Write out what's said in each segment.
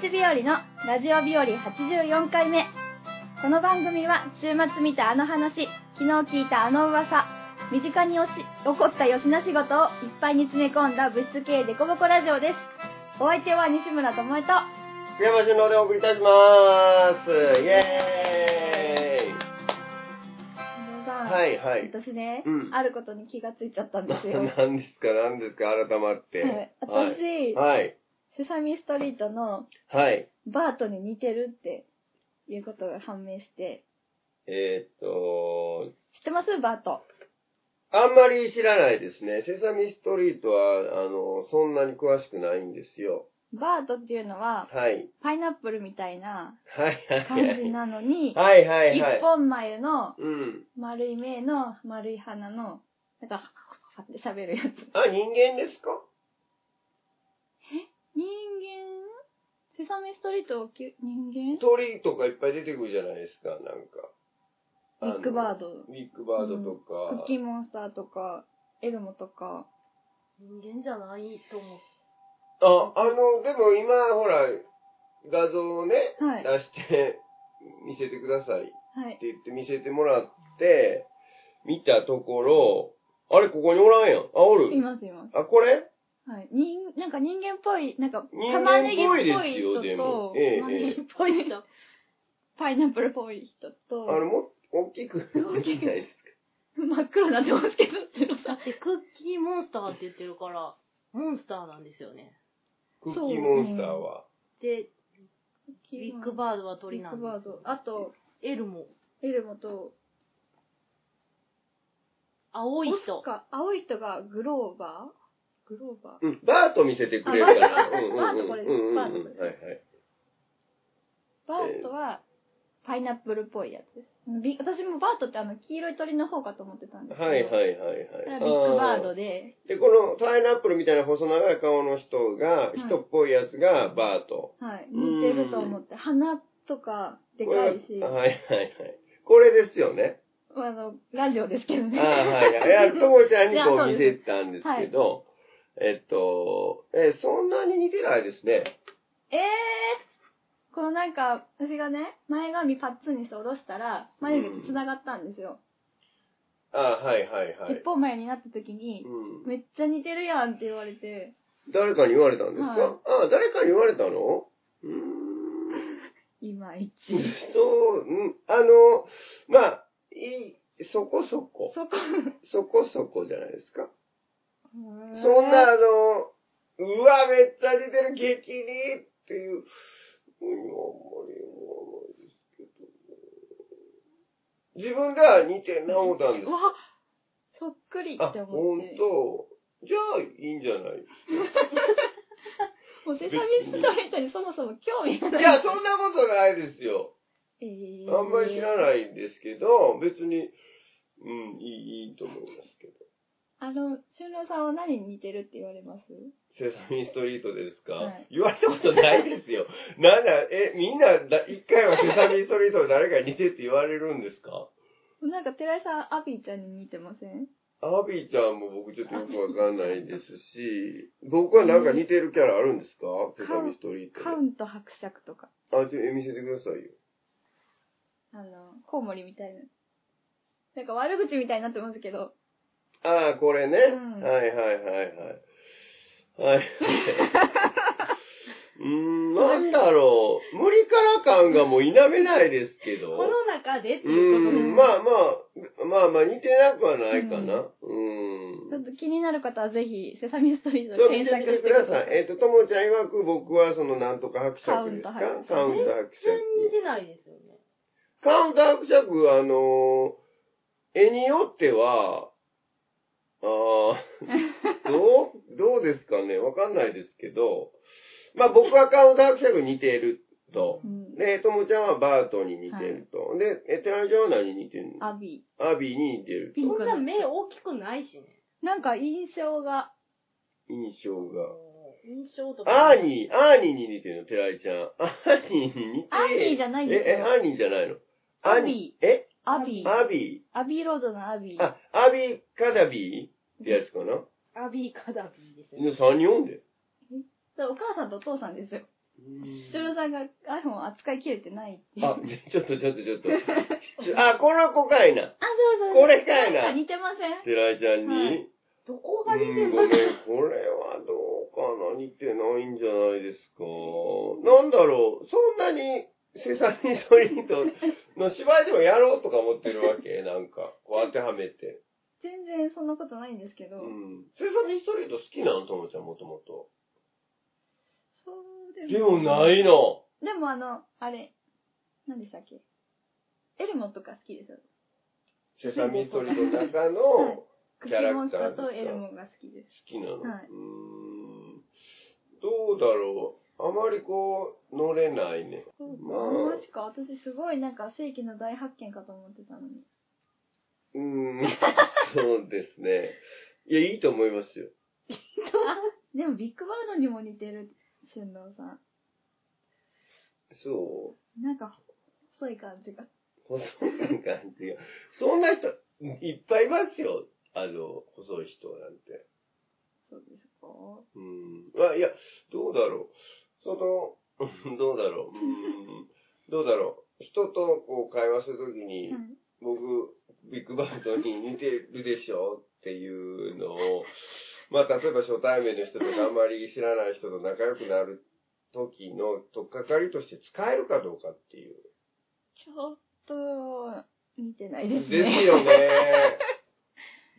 ち日和のラジオ日和84回目。この番組は週末見たあの話、昨日聞いたあの噂、身近におし起こった吉な仕事をいっぱいに詰め込んだ物質系デコボコラジオです。お相手は西村智恵と、福山潤郎でお送りいたします。イエーイははいはい。私ね、うんあることに気がついちゃったんですよ。何ですか何ですか改まって。はいはい私、はい。セサミストリートのはい。バートに似てるっていうことが判明して、えーっと、知ってますバート。あんまり知らないですね。セサミストリートは、あの、そんなに詳しくないんですよ。バートっていうのは、はい。パイナップルみたいなはいはい感はじい。なのに、はいはい一はい。本眉のうん。丸い目の丸い鼻の、なんか、パカパカパカって喋るやつ。あ、人間ですか人間セサミストリートをき人間鳥とかいっぱい出てくるじゃないですか、なんか。あのビッグバード、ビッグバードとか。クッキーモンスターとか、エルモとか、人間じゃないと思う。あ、あの、でも今、ほら、画像をね、はい、出して、見せてくださいっはい。て言って見せてもらって、見たところ、あれ、ここにおらんやん。あ、おいる。ますいます。あ、これはい。人、なんか人間っぽい、なんか人、玉間ねっぎっぽぽいでいすよ、人でもと。、ええマ、えネえーっぽい人。パイナップルっぽい人とあ、れ、もっと大きく。大きく真っ黒になってますけど、っていうのださ。ってクッキーモンスターって言ってるから、モンスターなんですよね。クッキーモンスターは。で、ビッグバードは鳥なんビッグバーでド。あと、す。エルも、エルモと、青いオス人。カ青い人がグローバーグローバーうん、バート見せてくれるから。あバーうんうんうんバートこれですうんうんうんバートこれですはいはい。バートは、パイナップルっぽいやつです。ビ私もバートってあの、黄色い鳥の方かと思ってたんですけど。。はいはいいはいはい。ビッグバーあドで、で、このパイナップルみたいな細長い顔の人が、い人っぽいやつがバート。はい。うん似てると思って、鼻とか、でこかれはいし、はいはいはい。これですよね。あの、ラジオですけどあーね。はいはい。いや、ともちゃんにいこやうそう見でせたんですけど、えっと、えーそんなに似てないですね。 ええー、このなんか、私がね、前髪パッツンにして下ろしたら、眉毛と繋がったんですよ。あーはいはいはい一。本眉になった時に、うめっちゃ似てるやんって言われて、ん、誰かに言われたんですか、はいあー誰かに言われたのうーん。いまいちそう、。うん、あの、まあ、いい、そこそこ、そこ、そこそこじゃないですか。そそんな、あの、うわ、めっちゃ似てる、激似っていう、うん、あんまり思わないですけど、自分では似てんな思ったんですわ。そっくりあって、思ほっんて。と。じゃあ、いいんじゃないもうセサミストリートにそもそも興味がないい。や、そんなことないですよ。えー、あんまり知らい。ないんですけど、別に、うん、いい、いいと思いますけど。あの、俊郎さんは何に似てるって言われますセサミストリートですか、はい言われたことないですよ。 なんだ、え、みんなだ、一回はセサミストリートで誰かに似てって言われるんですかなんか寺井さん、アビーちゃんに似てませんアビーちゃんも僕ちょっとよくわかんないですし、僕はなんか似てるキャラあるんですかセサミストリートカウで。ント伯爵とか、あ、ちょ、え見せてくださいよ。あの、コウモリみたいな。なんか悪口みたいになってますけど、ああ、これね、うんはいはいはいはい。 はい。うーん、なんだろう。無理から感がもう否めないです けど。この中でってういうことでん、まあまあ、まあまあ似てなくはないかな。ちうょん。っと気になる方はぜひ、セサミストリートそう、で見て検み索てしてくくだだささいい。。えっ、と、ともちゃん曰く僕はそのなんとか伯爵ですかカカウウンントト普伯通爵。に似てないですよね。カウント伯爵、あのー絵によっては、あ ーどう、どうですかねわかんないですけど、まあ僕はカウント伯爵に似てると。うん、で、ともちゃんはバートに似てると。で、え、てなちゃんは何に似てるのアビアビーに似てー。るとピ。ンこクんなの。目大きくないしね。なんか印象が、印象が。印象とか。アーニー、アーニーに似てるの、寺井ちゃん。アーニーに似てる。アニーじゃないんですえ、え、よ。アーニーじゃないのアニー。えアビー。アビアビーロードのアビー。ー。あ、アビーカダビーってやつかなアビーカダビーですね。で、3人おんで。そうお母さんとお父さんですよ。ろさんが iPhone 扱い切れてないっていう。あ、ちょっとちょっとちょっと。あ、この子かいな。あ、そうそうこれかいななん似てませんてらいちゃんに。はいどこうが出てん、るごめん、これはどうかな、似てないんじゃないですか。なんだろう、そんなに、セサミストリートの芝居でもやろうとか思ってるわ け、なんか、こう当てはめて。全然そんなことないんですけうど、ん。セサミストリート好きなのともちゃん、もともと。そうでで。もないいの。でもあの、あれ、何でしたっけエルモとか好きですよ。セサミストリートの中 はいの、クキッキーャラモンクスタターーですかとエルモが好きです。好きなの。はいうーん。どうだろう。あまりこう、乗れないね。そうか、まああ、マジか。私すごいなんか世紀の大発見かと思ってたのに。うーん。 そうですね。いや、いいと思いますよ。でもビッグバードにも似てる、俊郎さん。そう。なんか、細い感じが。細い感じが。そんな人、いっぱいいますよ。あの、細い人なんて。そうですかうん。あ、いや、どうだろう。その、 うんどうだろう。うん。どうだろう。人とこう会話するときに、はい。僕、ビッグバンドに似てるでしょっていうのを、まあ、例えば初対面の人とかあんまり知らない人と仲良くなる時の、とっかかりとして使えるかどうかっていう。ちょっと、似てないですね。ですよね。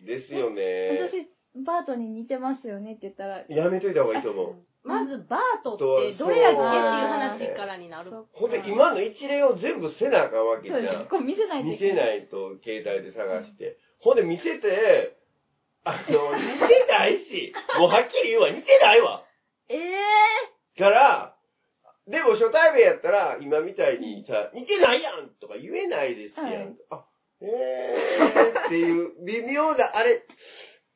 ですよね。私、バートに似てますよねって言ったら、やめといた方がいいと思う。まずバートってどれやっけっていう話からになる。そうほんで、今の一例を全部せなあかんわけじそうです。ゃこう見せないん。と見いけせない。ないと、携帯で探して。ほんで、見せて、あの、似てないし、もうはっきり言うわ、似てないわ。ええから、でも初対面やったら、今みたいにさ、似てないやんとか言えないですやん。はいあ、えーっていう、 微妙な、あれ、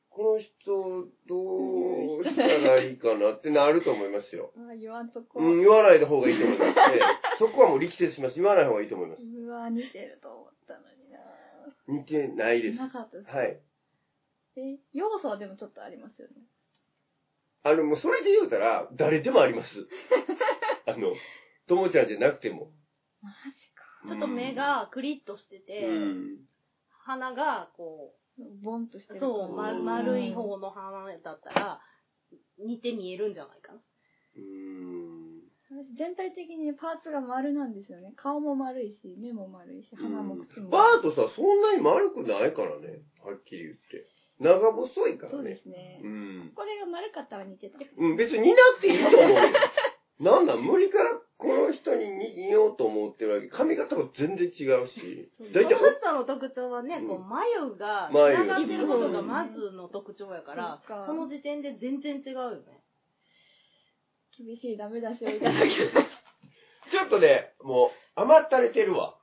この人、どうしたらいいかなってなると思いますよ。あ言わんとこ。う、うん言わない方がいいと思いますね。そこはもう力説します。言わない方がいいと思います。わ、似てると思ったのにな似てないです。なかったです。はい。え、要素はでもちょっとありますよね。あの、もうそれで言うたら、誰でもあり ます。あの、ともちゃんじゃなくても。マジちょっと目がクリッとしてうて、ん、鼻がこか。ボンとしてう、る感じそう、丸丸い方の鼻だったら、似て見えるんじゃないかな。うん。私全体的にパーツが丸なんですよね。顔も丸いし、目も丸いし、鼻も口も。バートさ、そんなに丸くないからね。はっきり言って。長細いからね。そうですねう。ん。これが丸かったら似てた。うん、別に似なくていいと思うよ。 なんなん無理からこの人に似ようと思ってるわけ。髪型も全然違うし。こ大の体人の特徴はね、こう眉が繋がってることがまずの特徴やから、眉うんその時点で全然違うよね。厳しいダメ出しをいただきました。ちょっとね、もう、甘ったれてるわ。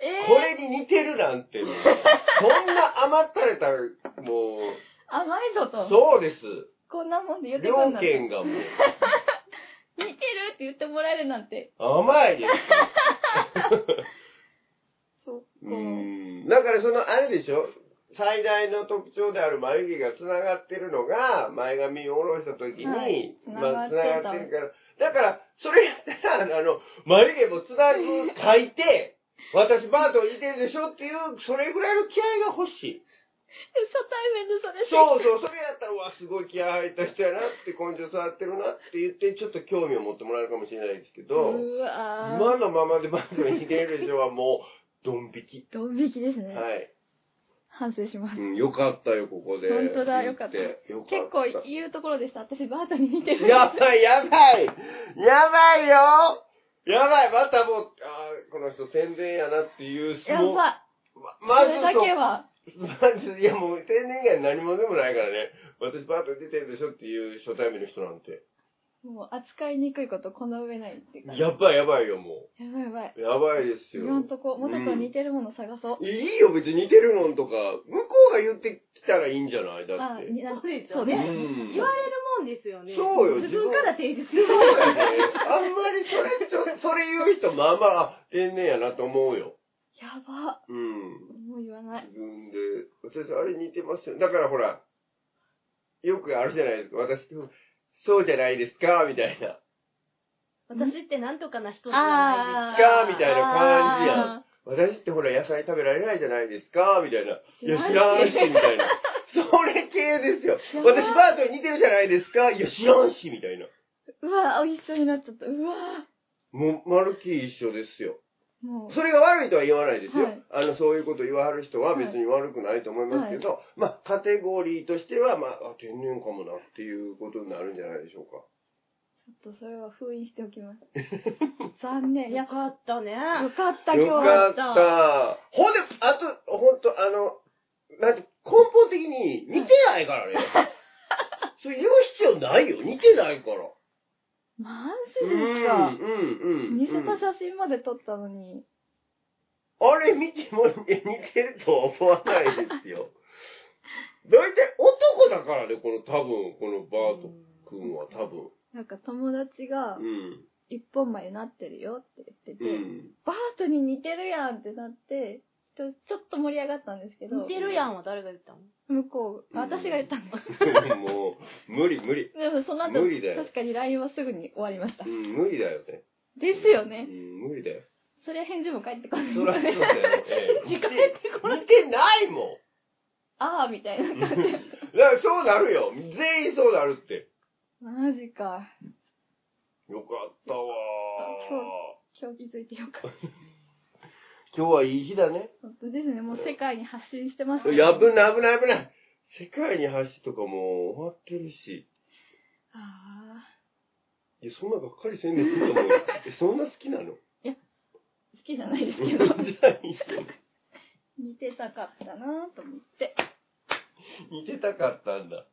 ええこれに似てるなんて、も うそんな甘ったれた、もう、甘いぞと。そうです。こんなもんで言ってくん両なと。似県がもう、てるって言ってもらえるなんて。甘いです。そう。う。んだからそのあれでしょ最大の特徴である眉毛が繋がってるのが、前髪を下ろした時に、はいま繋がっあてた繋がってるから。だから、それやったら、あの、眉毛も繋ぐ、書いて、私バートいてるでしょっていう、それぐらいの気合が欲しい。初対面でそれう。そうそう、それやったら、うわ、すごい気合入った人やなって、根性触ってるなって言って、ちょっと興味を持ってもらえるかもしれないですけど、うわー。今のままでバートに似てるでしょはもう、ドン引き。ドン引きですね。はい。反省します。うん、よかったよ、ここで。本当だよかった言てよか結構った言うところでした。私バートに似てる。やばい、やばいやばいよやばい、またもう、あーこの人天然やなっていう、やもうばままい。それだけは。ずそう、まず、いやもう天然以外何もでもないからね。私パート出てるでしょっていう初対面の人なんて。もう扱いにくいことこの上ないっていうか。やばい、やばいよ、もやばいやばい。う。やばいですよ。今んとこ、もうちょっと似てるもの探そう。いいよ、別に似てるのんとか、向こうが言ってきたらいいんじゃないだあって。、になそうですそうよねね。うん言われるもんですよね。そうよ自分から提示する。そうやね。あんまりそれちょ、それ言う人、まあまあ、天然やなと思うよ。やば。うん。もう言わない。自分で、私、あれ似てますよ。だからほら、よくあるじゃないですか。私、そうじゃないですか、みたいな。私ってなんとかな人じゃあなあいーみですか。たいな感じやんあ私ってほら野菜食べられないじゃないですかみたいな。いや、知知ららんんしし、みたいな。それ系ですよ。やばい私、バートに似てるじゃないですか。いや、知らんし、みたいな。ーうわー一緒になっちゃったうわもう、まるっきり一緒ですよ。ーもうそれが悪いとは言わないですよ。はいあの、そういうこと言わはる人は別に悪くないと思いますけど、まあ、カテゴリーとしては、まあ、あ天然かもなっていうことになるんじゃないでしょうか。ちょっとそれは封印しておき ます残念いやよかったね。よかった今日よはかった。ほんで、あと、ほんと、あの、なんて、根本的に似てないから ね。それ言う必要ないよ。似てないから。マうジん、ですかうん、似うせん。た写真まで撮ったのにあれ見ても似てるとは思わないですよ。大体男だからね、この多分、このバート君は多分。なんか友達がうん。一本眉なってるよって言ってうて、ん。バートに似てるやんってなってちょちょっと盛り上がったんですけど似てるやんは誰が言ったの向こううん私が言ったんです、もう、無理無理。でもその後無理だよ確かに LINE はすぐに終わりましたうん、無理だよね。ですようねん、無理だよ。それ返事も返ってこないそらそうだよ。ええ似て似てないもん。ああみたいなだからそうなるよ。全員そうなるって。マジかよかったわ今日気づいてよかったー。今日はいい日だね。本当ですねもう世界に発信してますねやぶない危ない危ない。世界に橋とかもう終わってるし。ああいや、そんながっかりせんでいいと思うよ。え、そんな好きなの好きじゃないですけど じゃあいいよ似てたかったなと思って似てたかったんだ。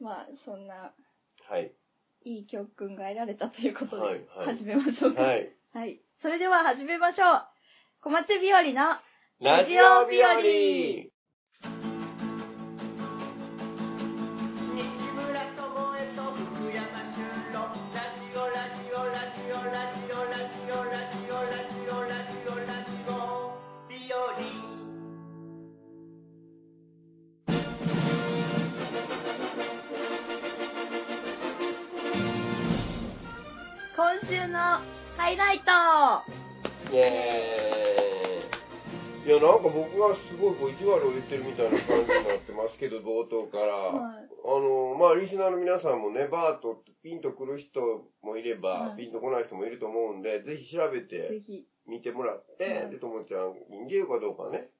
まあそんなはい。いい教訓が得られたということで、はいはい始めましょうか、ははいい。それでは始めましょう小町日和のララジジオオ日日和和西今週のハイライトイエーイ。いや、なんか僕がすごいこう意地悪を言ってるみたいな感じになってますけど、冒頭から。はいあのまあ、リスナーの皆さんもね、バーとピンとくる人もいれはいば、ピンとこない人もいると思うんで、ぜひ調べぜてひ見てもらって、はいで、ともちゃんに似てるかどうかね、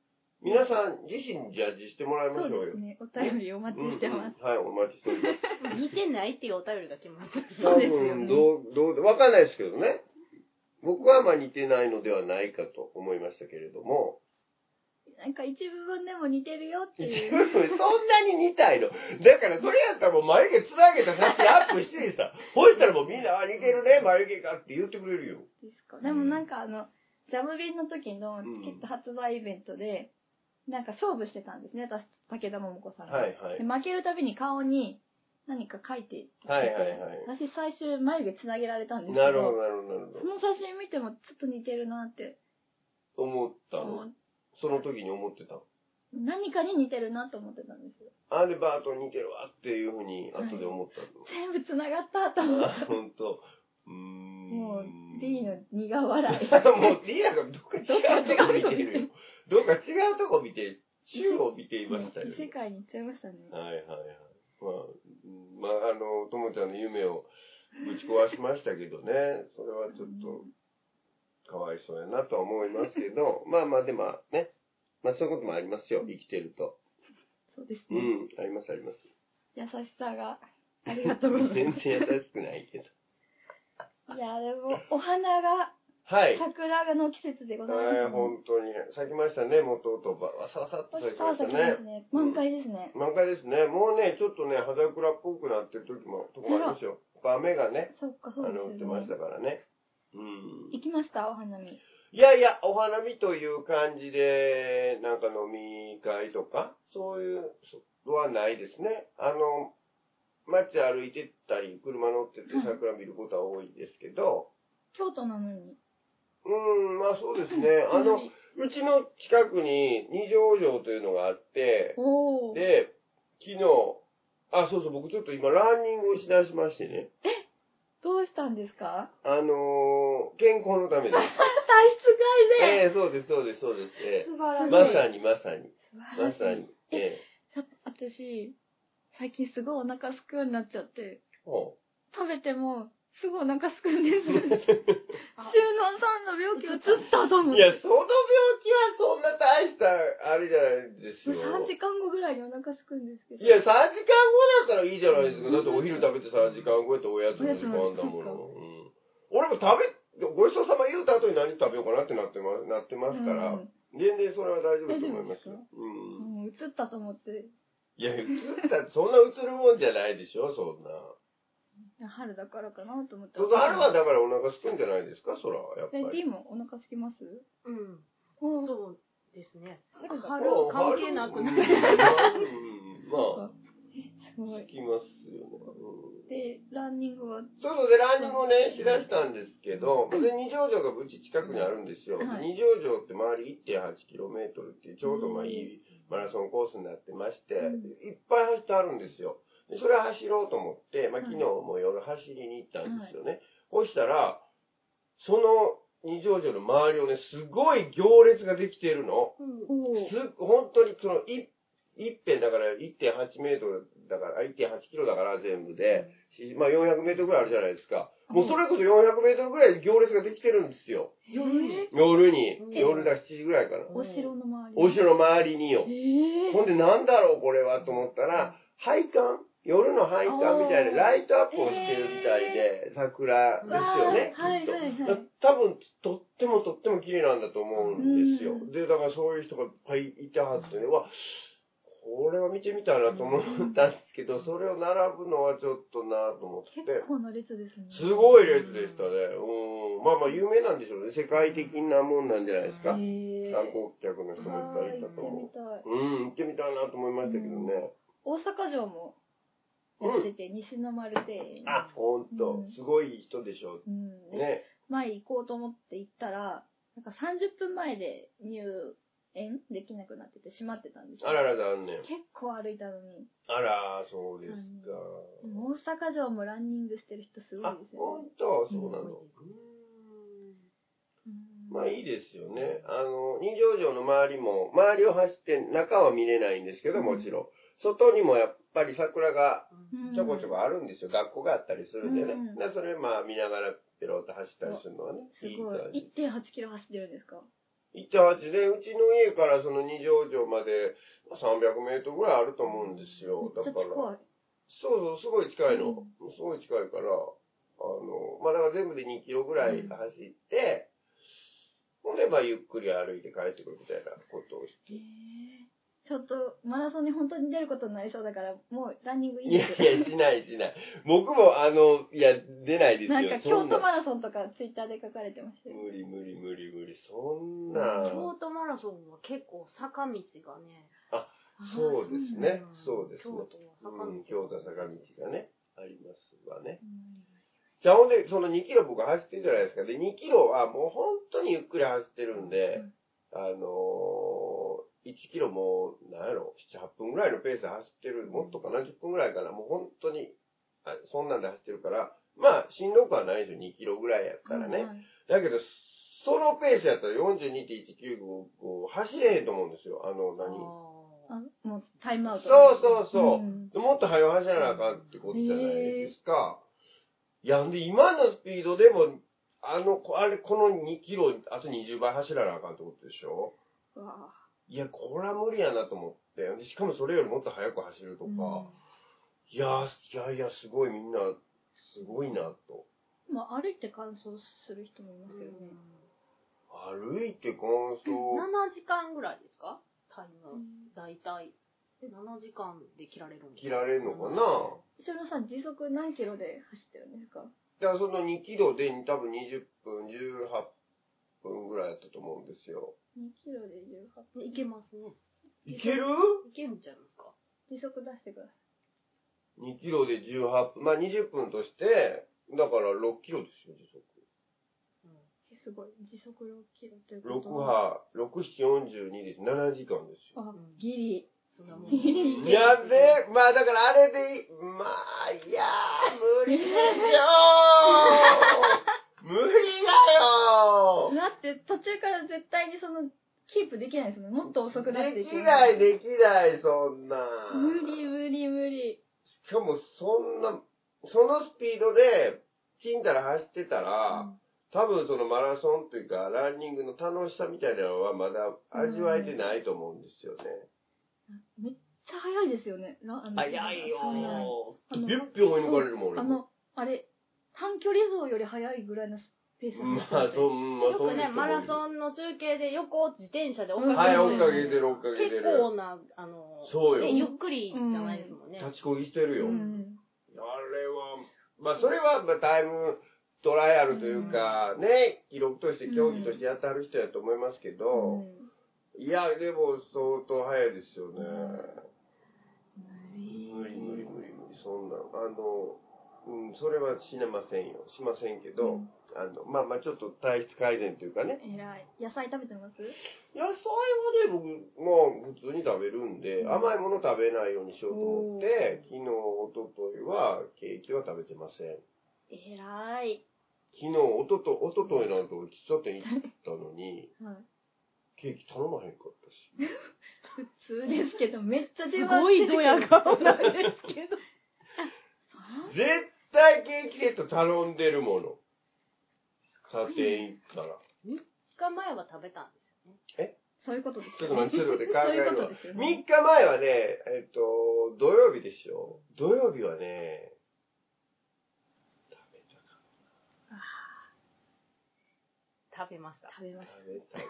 皆さん自身にジャッジしてもらいましそょうでうよす。ねお便りお待ちしてます、うんうんはい、お待ちしております。似てないっていうお便りが来ます。そうですよね多分どう、どう、わかんないですけどね。僕はまあ似てないのではないかと思いましたけれども、なんか一部分でも似てるよって一部いう分 そんなに似たいの。だからそれやったらもう眉毛つなげた写真アップしてさ、ほいしたらもうみんな、あ、似てるね、眉毛がって言ってくれるよ。ですかでもなんかあのジャム便の時のチケット発売イベントで、なんか勝負してたんですね私と武田桃子さんが、はいはいで。負けるたびに顔に何か書いていってて、はいはいは私最終眉毛つなげられたんですけどなるほど、なるほど、なるほその写真見てもちょっと似てるなってど。思った思の。うその時に思ってたの。何かに似てるなと思ってたん ですよあれバート似てるわっていうふうに後で思った全部つながったと 思の。っあ、てほんと。うーん。もう D の苦笑い もう D なんかどっか違うとこ見てるよ。どっか違うとこ見て、宙を見ていましたよ、異世界に行っちゃいましたねはいはいはい。まあ、うんまあ、あの、ともちゃんの夢をぶち壊しましたけどね、それはちょっと、かわいそうやなとは思いますけ ど、まあまあでもね、まあそういうこともありますよ、生きてると。そうですうね、ん、ありますあります。優しさがありがとうございます全然優しくないけど。 いやでもお花がはい。桜の季節でございます、えー、本当に。咲きましたね、もうとうとうば、わさわさっとお咲き日ま様した咲きまねす。ね満開ですね、満開ですね。もうね、ちょっとね、葉桜っぽくなってる時も、とこもありますよ。やっぱ雨がね、そっかあそうの、売っですてよまねしたからね。うん。行きましたお花見いやいや、お花見という感じで、なんか飲み会とか、そういうのはないですね。あの、街歩いてたり、車乗っててはい桜見ることは多いですけど、京都なのにうん、まあそうですね。あの、うちの近くに二条城というのがあって、おおで、昨日、あ、そうそう、僕ちょっと今ランニングをしだしましてね。どうしたんですかあのー、健康のためです。体質改善、ええそうです、そうです、そうです。え素晴えらしい。まさに、まさに、素晴まらしいさに。ええさ私、最近すごいお腹すくようになっちゃって、ほ食べてもすぐお腹すくん です。収納あさんの病気をずっととう思っいて。や、その病気はそんな大した、あれじゃないですよ。 3時間後ぐらいにお腹すくんですけど。いや、3時間後だったらいいじゃないですか。だってお昼食べて3時間後やとおやつの時間だもの。うん、俺も食べ、ごちそうさま言うた後に何食べようかなってなってまなってますから、うん全然それは大丈夫だと思いますよ。大丈うん。もう映ったと思って、いや、映った、そんな映るもんじゃないでしょ、そんな。春だからかなと思って。その春はだからお腹すくんじゃないですか、そら、やっぱえ、D り。もお腹すきますうん。おうそうですね。春だ。春関係なくうんなうんる。 まあ、すごいつ。きますよね。うんで、ランニングは、そうそうで、ランニングをね、しだしたんですけど、で、二条城がうち近くにあるんですよ。はでい二条城って周り 1.8km っていう、ちょうどまあいいマラソンコースになってまして、うんいっぱい走ってあるんですよ。でそれを走ろうと思って、まあ昨日も夜走りに行ったんですよね。そしたら、その二条城の周りをね、すごい行列ができているの。うんおす本当にそのい一辺だから1.8メートルだから、あ1.8キロだから全部で、しまあ400メートルぐらいあるじゃないですか。もうそれこそ400メートルぐらい行列ができてるんですよ。えー、夜に。うん夜だ7時ぐらいかな。お城の周り。お城の周りによえ。ー、ほんでなんだろうこれはと思ったら、配管夜の配管みたいなあーライトアップをしてるみたいで、桜ですよね、わーはいきっと。はいはいだ多分、とってもとっても綺麗なんだと思うんですよう。んで、だからそういう人がいっぱいいたはずでね、わ、これは見てみたいなと思ったんですけど、それを並ぶのはちょっとなと思って。結構な列ですね。すごい列でしたね。うん。まあまあ有名なんでしょうね。世界的なもんなんじゃないですか。え観ー、光客の人もいっぱいいた行ってとみ思う。たい。うん、行ってみたいなと思いましたけどね。大阪城もやってて、西の丸庭園。あ、ほんとう、んすごい人でしょうん、うでね。前行こうと思って行ったら、なんか30分前で入園できなくなってて閉まってたんですよあらら残念。結構歩いたのに。あら、そうですか。でも大阪城もランニングしてる人すごあいで、すよほねんと、そうなの。うん。まあいいですよね。あの、二条城の周りも、周りを走って中は見れないんですけど、もちろん。外にもやっぱり桜がうんちょこちょこあるんですよ。学校があったりするんでね。うんだからそれまあ見ながらペロッと走ったりするのはね。すい感ごじい。1.8キロ走ってるんですか1.8で、うちの家からその二条城までまあ300メートルぐらいあると思うんですめよ。っだちかゃ近ら。い。そうそう、すごい近いうんの。すごい近いから、あの、まあだから全部で2キロぐらい走って、ほんでまあゆっくり歩いて帰ってくるみたいなことをしえーて。ちょっとマラソンに本当に出ることになりそうだから、もうランニングいいいやです。いや、しないしない。僕もあの、いや、出ないですよ。なんかそ京ん都マラソンとかツイッターで書かれてましたよ。無理無理無理無理。そんな。京都マラソンは結構坂道がね。そうですねん。そうですね京。都は坂道が、うん、京都は坂道がね、ありますわね。うんじゃあほんで、その2キロ僕走ってるじゃないですか。で、2キロはもう本当にゆっくり走ってるんで、あのー、1キロもう、なんやろ、7、8分ぐらいのペースで走ってる、もっとかな、10分ぐらいかな、もう本当に、あそんなんで走ってるから、まあ、しんどくはないですよ、2キロぐらいやったらね。はいだけど、そのペースやったら42.195走れへんと思うんですよ、あの、何。あーあもうタイムアウト。そうそうそううんでもっと早走らなあかんってことじゃないですか。いや、んで、今のスピードでも、あの、こあれ、この2キロ、あと20倍走らなあかんってことでしょうわいや、これは無理やなと思って。でしかもそれよりもっと速く走るとか。いやー、いやいや、すごいみんな、すごいなと。うんまあ、歩いて乾燥する人もいますよね。歩いて乾燥。 7時間ぐらいですかタイうム。ん大体。で、7時間で切られるんです切られるのかな石原さん、時速何キロで走ってるんですかだからその2キロで多分20分、18分ぐらいやったと思うんですよ。 ?2 キロで18ねいけますね。いけるいけるんちゃいますか時速出してくださ2キロで18分、まあ20分として、だから6キロですよ、時速。うんい。すごい。時速6キロということ6波、6、7、42です。7時間で すよ。あ、ギリ。そんなもいん。けやべえ、まあだからあれでいい、まあ、いやー、無理ですよ 無理だよだって途中から絶対にそのキープできないですもんもっと遅くなってでいきない、でできない、そんな。無理無理無理しかも、そんな、そのスピードで、ちんたら走ってたら、多分そのマラソンというか、ランニングの楽しさみたいなのはまだ味わえてないと思うんですよね。めっちゃ早いですよねらあの早いよそんなあー。のビュッビュ追い抜かれるもん、俺あも。のあれ短距離走より早いぐらいのペースになまってあ、そう、うんまあ、よそうくね、マラン。ソンの中継で横を自転車で追っかはい、け追てっかけるてる、追っかけて結る。構な、あの、そうよねゆっくりじゃないですもんね。立ちこぎしてるよ。うあれは、んまあ、それは、まあ、タイムトライアルというか、ね、記録として、競技としてやってはる人やと思いますけど、うんいや、でも相当早いですよね。無理無理無理無理、そんな、あの、うん、それはしなませんよ。しませんけど、うんあの、まあまあちょっと体質改善というかね。偉い野菜食べてます野菜はね、僕、まあ普通に食べるんで、うん甘いもの食べないようにしようと思って、昨日、おとといはケーキは食べてません。偉い昨日、おとと、おとといなんて俺喫茶店行ったのに、はいケーキ頼まへんかったし。普通ですけどめっちゃす自慢ごいドヤ顔なんですけ ど。絶対ケーキセット頼んでるもの。査定行ったら。 3日前は食べたんでそういうことですちょっと待って、ちょっと待って、考そうえいうることわ。ですよ3ね日前はね、えっと、土曜日でしょ土曜日はね、食べたかす。食べました。食べました食べたね。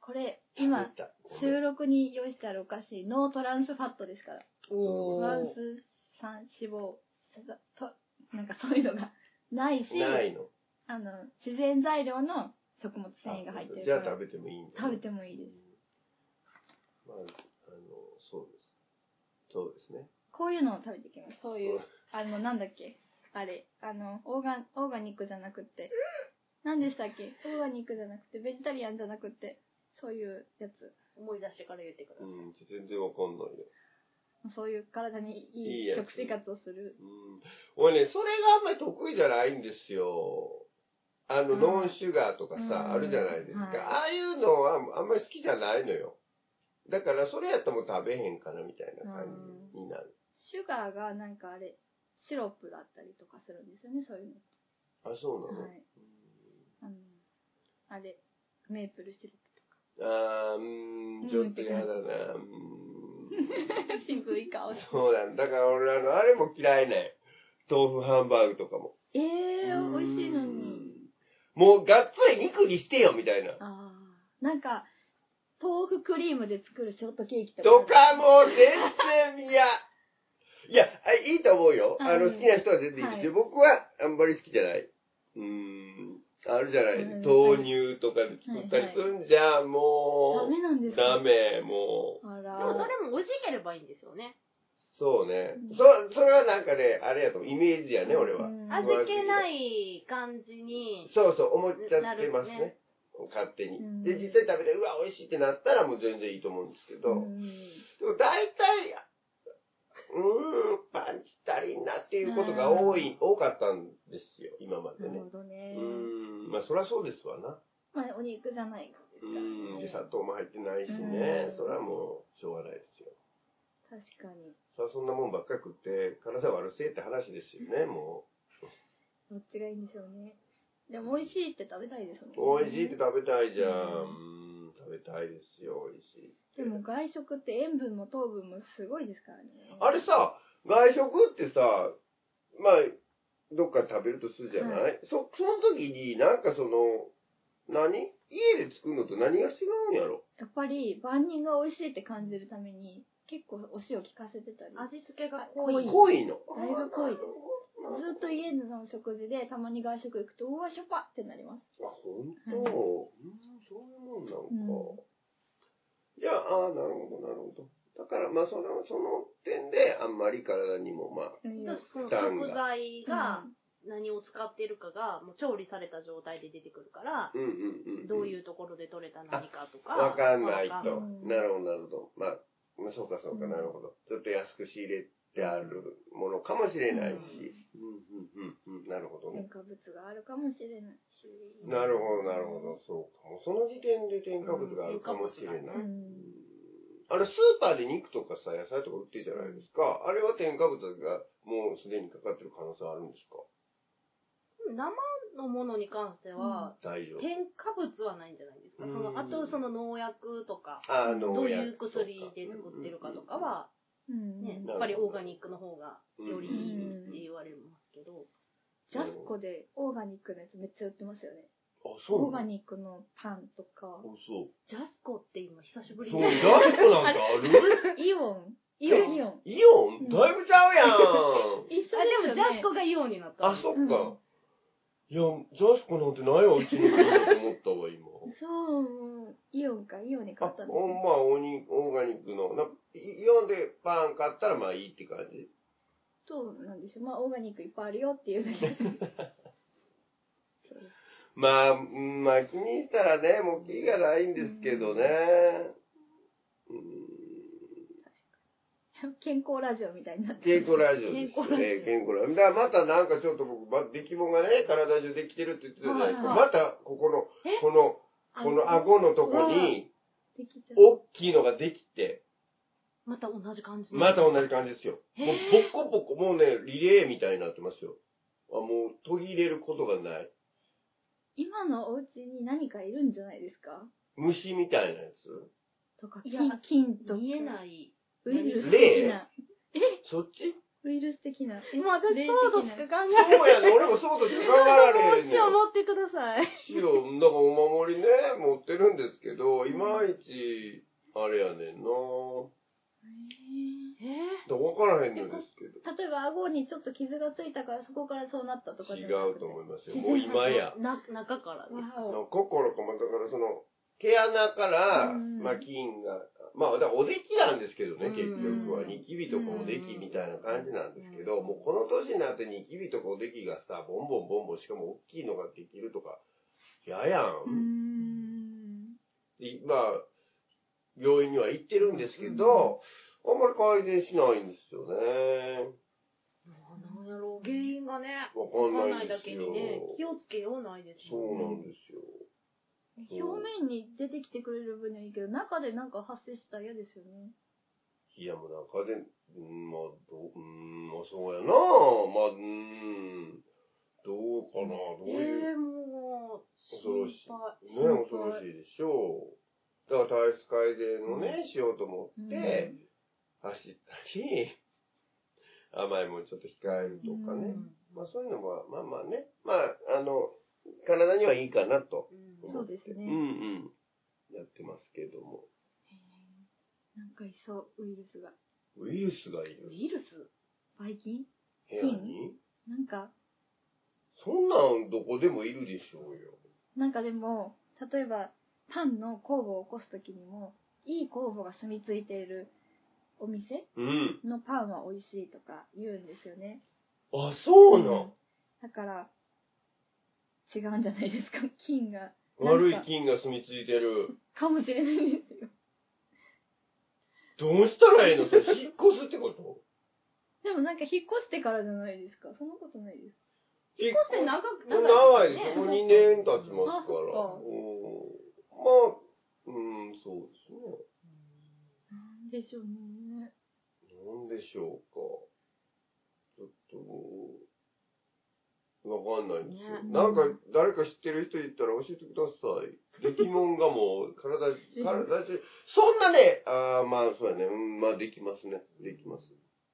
これ食今べた、収録に用意してあるお菓子ノートランスファットですからおトランス酸脂肪となんかそういうのがないしないの。あの自然材料の食物繊維が入ってじゃるあから食べてもいいんだ食べてもいいですまあ、あの、そうです。そうですね。こういうのを食べていきますそういうあのなんだっけあれあのオーガンオーガニックじゃなくって何でしたっけオーガニックじゃなくてベジタリアンじゃなくってそういうやつ思い出してから言ってくだうさい。ん、全然わかんないよ。そういう体にいいいいや食つ生活をするうん俺ね、それがあんまり得意じゃないんですよ。あの、うんノンシュガーとうかんさ、あるじゃないですか。はいああいうのはあんまり好きじゃないのよ。だから、それやったらもう食べへんかなみたいな感じになる。シュガーがなんかあれシロップだったりとかするんですよねそういうあ、そうなのの、はいあのあれメープルシロップあーうーん、ちょっと嫌だな。うー ん 渋い顔そうなんだ。だから俺、あの、あれも嫌いね。豆腐ハンバーグとかも。ええー、美味しいのうにん。もう、がっつり肉にしてよ、みたいな。ああなんか豆腐クリームで作るショートケーキとかとかもう全然嫌。いや、あいいと思うよ。ああの、うん好きな人は全然いいですよ。は僕はあんまり好きじゃない。うーん。あるじゃない。うん豆乳とかで作ったりするんじゃ、ダもメなんでう。すかダメ、もう。あでもらどれも美味しければいいんですよね。そうねうん。そ、それはなんかね、あれやと、イメージやね、俺は。うん味気ない感じに、そうそう、思っちゃってますなるね。勝手にうん。で、実際食べて、うわ、美味しいってなったらもう全然いいと思うんですけど。うんでも大体、うーん、パンチ足りんなっていうことが多い、多かったんですよ、今までなるねほ。どうねーん、まあそりゃそうですわな。まあお肉じゃないですうからーん、で、ね砂糖も入ってないしうねん。それはもう、しょうがないですよ。確かにそりゃそんなもんばっかり食って、体悪せえって話ですよね、もどっちがいいんでしょうねでも美味しいって食べたいですもんう。美味しいって食べたいじゃん。うーん、食べたいですよ、美味しいって。でも外食って塩分も糖分もすごいですからねあれさ、外食ってさ、まあ、どっか食べるとするじゃなはい、そ、その時になんかその、何家で作るのと何が違うんやろやっぱり万人が美味しいって感じるために結構お塩効かせてたり味付けが濃濃い。濃いの。だいぶ濃いですあずっと家の食事でたまに外食行くとうわしょっぱってなりますほんと、はいうん、そういうもんなのか。じゃあ、ああ、なるほど、なるほど。だから、まあ、その、その点で、あんまり体にも、まあ、うんその食材が何を使ってるかが、もう調理された状態で出てくるから、うんうんうん。どうういんうところで取れた何かとか。わかんないわかとう。んなるほど、なるほど。まあ、まあ、そうか、そうか、うんなるほど。ちょっと安く仕入れてあるものかもしれないし。うん、うん、うん、うん。なるほどね添。加物があるかもしれないし。なるほど、なるほど。そうか。もうその時点で添加物があるかもしれなうい。ん。あれ、スーパーで肉とかさ、野菜とか売ってるじゃないですか。あれは添加物がもうすでにかかってる可能性あるんですか生のものに関しては、大丈夫。添加物はないんじゃないですか。そうんの、あとその農薬とか、あの、どういう薬で作ってるかとかは、うん。ね、んやっぱりオーガニックの方がよりいいって言われますけど、ジャスコでオーガニックのやつめっちゃ売ってますよね。あ、そうオーガなのニックのパンとかあ、そう。ジャスコって今久しぶりそにう、ジャスコなんてあるイオン。イオンイオン。イオンだいぶちゃうやん。一緒ですあ、でよもねジャスコがイオンになった。あ、そっか。 いや、ジャスコなんてないわ、うちに来ると思ったわ、今。そう、もうイオンか、イオンにあ、買ったんですほねんまあ、オニオーガニックの、なイオンでパン買ったらまあいいって感じ。そうなんですよ。まあ、オーガニックいっぱいあるよっていうだ け。まあ、うんまあ気にしたらね、もうキリがないんですけどね。うん。健康ラジオみたいになって。健康ラジオですよね、健健康ラジオ。だからまたなんかちょっと僕、ま、出来物がね、体中できてるって言ってたじゃないですか。はいまた、ここの、この、この顎のとこに、できちゃう。大きいのができて、また同じ感じ。また同じ感じですよ。もうボッコボコ、もうね、リレーみたいになってますよ。あ、もう途切れることがない。今のお家に何かいるんじゃないですか虫みたいなやつとか、い金や、金とか。見えない。ウイルス的霊な。そっちウイルス的な。えもう私、霊的ソードしなか考えない。そうやね、俺もそうとしか考えられへ んねん。持ってください。白、だからお守りね、持ってるんですけど、いまいち、あれやねんなえーだから分からへんのですけど。例えば顎にちょっと傷がついたからそこからそうなったとか違じゃなくうてと思いますよ。もう今や。な中からです。わお心かも、だからその、毛穴から、うんまあ、菌が、まあ、だからおできなんですけどね、うん結局は。ニキビとかおできみたいな感じなんですけど、うんもうこの年になってニキビとかおできがさ、ボンボンボンボン、しかも大きいのができるとか、ややうーんん。いまあ、病院には行ってるんですけど、あんまり改善しないんですよね。なんやろう、原因がね、わかわかんんなないいでだすけよに。ね、気をつけようないですそうもんねなんですよ。表面に出てきてくれる分にはいいけど中でなんか発生したら嫌ですよねいや、もう中で、うん、まあ、どう、うん、まあ、そうやなまあ、うん、どうかなどういう、えー、もう、恐ろしい心配。ね、恐ろしいでしょう。だから体質改善をね、しようと思って、走ったり、 甘いもんちょっと控えるとかうね。んまあ、そういうのは、まあまあね、まあ、あの、体にはいいかなと。うんそうですねうんうん。やってますけども。なんかいそうウイルスがウイルスがいるウ。イルスばい菌部屋になんかそんなんどこでもいるでしょうよ。なんかでも例えばパンの酵母を起こす時にもいい酵母が住み着いているお店うん。のパンは美味しいとか言うんですよねあ、そうなん。だから違うんじゃないですか 菌が悪い菌が住み着いてる。かもしれないですよどうしたらいいの それ引っ越すってことでもなんか引っ越してからじゃないですかそんなことないです引っ少し長く、長いでですすねよ。もう2年経ちまあすかそっら。かうんまあ、うん、そうですね。なんでしょうねなんでしょうか。ちょっともう、わかんないんですよ。ねなんか、誰か知ってる人いたら教えてください。出来物がもう、体、 体中、そんなね、ああ、まあ、そうやね。うん、まあ、できますね。できます。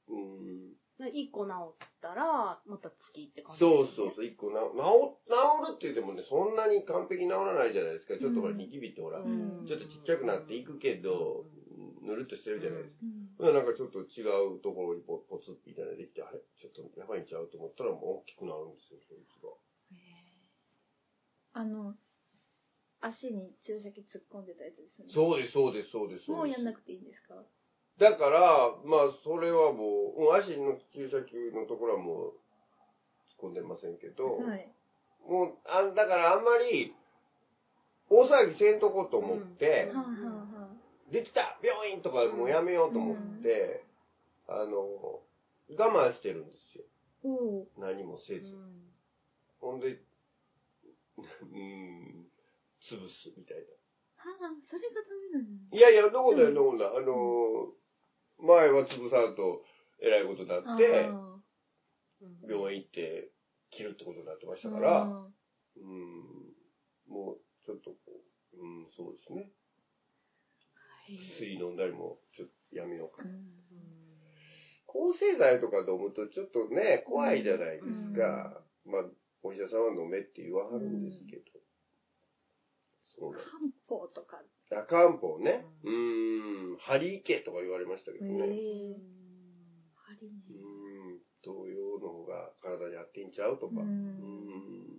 うん。一個治ったら、また月って感じ、そうそうそう、一個な、治、治るって言ってもね、そんなに完璧に治らないじゃないですか。ちょっとほら、うんニキビってほら、んちょっとちっちゃくなっていくけど、ぬるっとしてるじゃないですか。うんほんならなんかちょっと違うところにポポツっていただいてきて、あれちょっとやばいんちゃうと思ったらもう大きくなるんですよ、そいつが。あの足に注射器突っ込んでたやつですよねそうです、そうです、そうです。もうやんなくくていいんですかだから、まあ、それはもう、うん足の注射器のところはもう、突っ込んでませんけど、はいもう、あだからあんまり、大騒ぎせんとこと思って、はあ、はあはあ、できた病院とかもうやめようと思って、あの、我慢してるんですよ。おお何もせず。うんほんで、うん、潰すみたいな。はあ、それがダメなのいやいや、どこだよ、どこだ。あのー前は潰さんと、えらいことになあっーて、うん病院行って、切るってことになってましたから、うん、うんもう、ちょっとこう、うん、そうですね。はい薬飲んだりも、ちょっとやめようかう。んうん抗生剤とか飲むと、ちょっとね、怖いじゃないですうんか。まあ、お医者さんは飲めって言わはるんですけど。そうなん漢方とか。あ漢方ね。うーん、ハリーケとか言われましたけどえね。え針ね。うーん、同様の方が体に合ってんちゃうとか。ううーんん。。。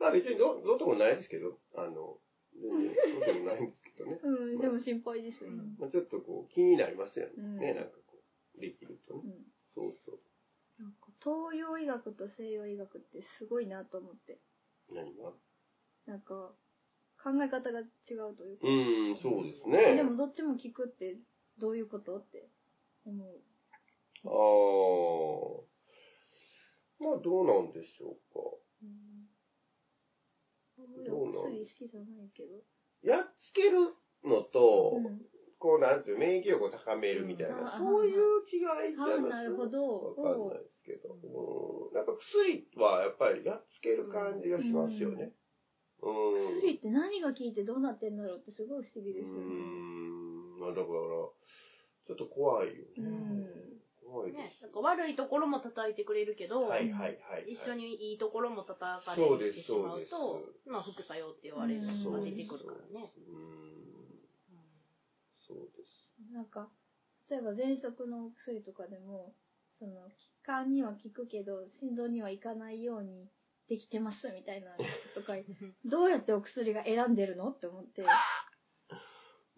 まあ別にど、どうともないですけど、あの、全然どうともないんですけどね うん、でも心配ですね。まあちょっとこう、気になりますよね。うんね、なんかこう、できるとねう。んそうそう。なんか東洋医学と西洋医学ってすごいなと思って。何がなんか、考え方が違うというかう。ーん、そうですえ ね。でもどっちも聞くってどういうことって思う。ああ。まあどうなんでしょうか。うんどうなおの薬好きじゃないけど。やっつけるのと、うんこうなんていう免疫力を高めるみたいうんあな、ーそういう違いじゃああ、なないるほわど。かんないですけど、うん、なんか薬はやっぱりやっつける感じがしますよね。うん。お薬って何が効いてどうなってんだろうってすごい不思議うですよね。ん。まあだから、ちょっと怖いよね。うん怖いでね、す。なんか悪いところも叩いてくれるけど、はいはいはい、はい。一緒。にいいところも叩かれてしまそううとですそうで、すまあ副作用って言われるのが出てくるからね。うん。そうです。なんか、例えば喘息のお薬とかでも、その、気管には効くけど、心臓にはいかないようにできてますみたいなとか、どうやってお薬が選んでるのって思って。う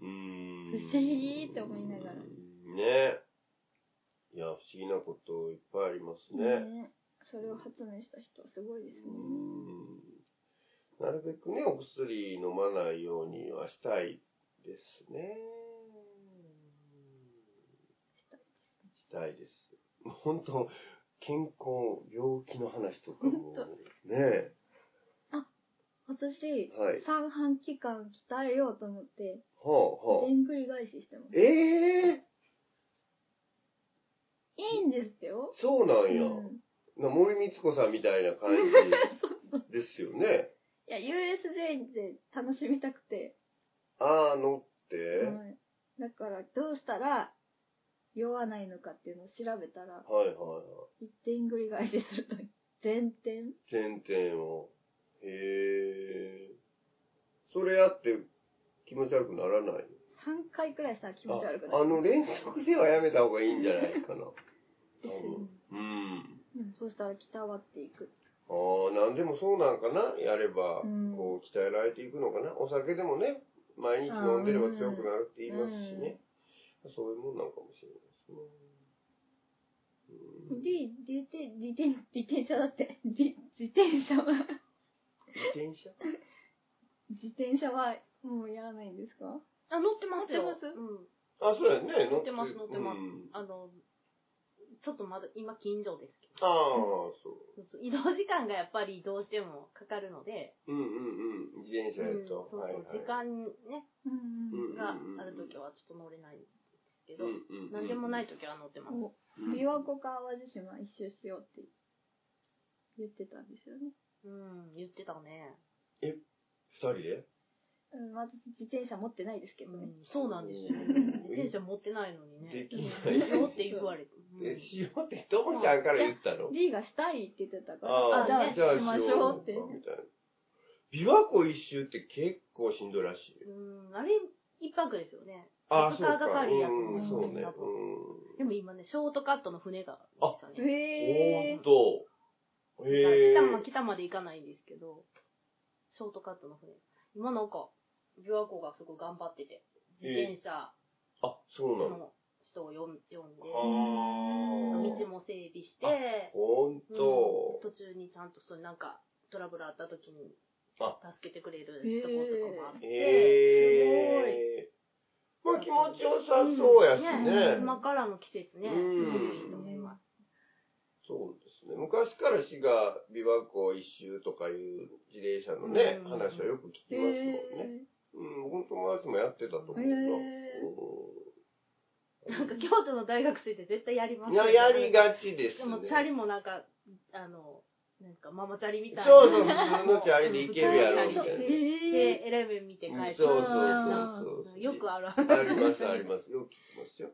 ーん不思議って思いながらねいや、不思議なこといっぱいありますね。ねそれを発明した人はすごいですね。うんなるべくね、お薬飲まないようにはしたいですね。したいです。本当、健康、病気の話とかも本、ねえ、私、はい。三半期間鍛えようと思って、はあ、はであ。んぐり返ししてます。ええいいんですってよ。そうなうんや。ん、な森光子さんみたいな感 じですよね。いや、USJ で楽しみたくて。あーのって、はい、だから、どうしたら酔わないのかっていうのを調べたら、はいはいはい。一点ぐり返しすると、全点全点を。へえ。それやって気持ち悪くならないの3回くらいしたら気持ち悪くなあある。の連続ではやめた方がいいんじゃないかな。で多すよね 分。うん。うん、そうしたら鍛わっていく。ああ、なんでもそうなんかな。やれば、うんこう、鍛えられていくのかな。お酒でもね、毎日飲んでれば強くなるって言いますしね。そういうもんなのかもしれないですね。で、うん自転、自転、自転車だって、自自転車は、自転車自転車はもうやらないんですかあ、乗ってますよ。乗ってますうん。あ、そうやね。乗ってます乗ってまうすんあの、ちょっとまだ、今近所ですけどああ、そう。そうそう、移動時間がやっぱりどうしてもかかるので、うんうんうん。自転車うやん、そとう。そう、はいはい時間ね、うんうんがあるときはちょっと乗れないんですけど、うんなんでもないときは乗ってます。おうん琵琶湖か淡路島一周しようって言ってたんですよね。うん、言ってたね。二人でうん、まず自転車持ってないですけどうね。ん、そうなんですよ。うん自転車持ってないのにでね。きないよって言われて。うんえ、しようって、ともちゃんから言ったの D がしたいって言ってたから、ああーじゃあしじゃましょうって。みたいな。琵琶湖一周って結構しんどいらしいよ。うん、あれ、一泊ですよね。ああ、そう二日か。がかりやとう思ん、そううね。多分うでも今ね、ショートカットの船があ来たね。へん。おーっー。と。だからへえ北。ま、北まで行かないんですけど、ショートカットの船。今なんか、琵琶湖がすごい頑張ってて、え自転車あ、そうなの。の人を呼ん呼んで、あ道あ。も整備して、ほんうんと。途中にちゃんとそういうなんかトラブルあった時にあ助けてくれるとことかもあって、ええ。まあ気持ちよさそうやしねね。今からの季節ね、うんいいと思います。そうですね。昔から滋賀、琵琶湖一周とかいう自転車のね、うん話はよく聞きへますもんね。うん、僕の友達もやってたと思うな。へーなんか京都の大学生って絶対やりまうすん、ややりがちですね。でもチャリもなんか、あの、なんかママチャリみたいな。そうそう、普通のチャリで行けるやろ、みたいな。へで、エレブン見て帰って。そうそうそうそう。よくあある。ります、あります。よく聞きますよ。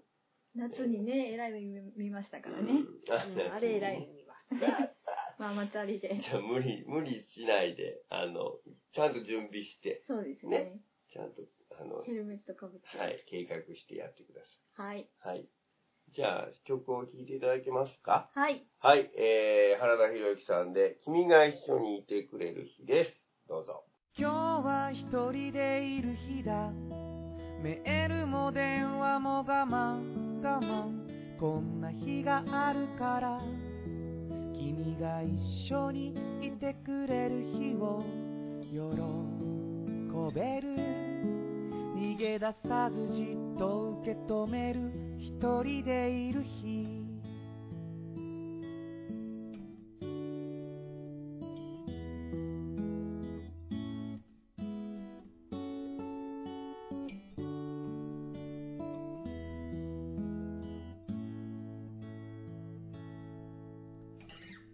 夏にね、えらい目見見ましたからね。うん。うんあれ偉 いの見ました。ママチャリで。じゃあ無理、無理しないで、あの、ちゃんと準備して、そうですねね。ちゃんと、あの、ヘルメットかぶって。はい、計画してやってくだはい。さい。はい。じゃあ、曲を聴いていただけますかはい。はい、えー、原田博之さんで、君が一緒にいてくれる日です。どうぞ。今日は一人でいる日だメールも電話も我慢我慢こんな日があるから君が一緒にいてくれる日を喜べる逃げ出さずじっと受け止める一人でいる日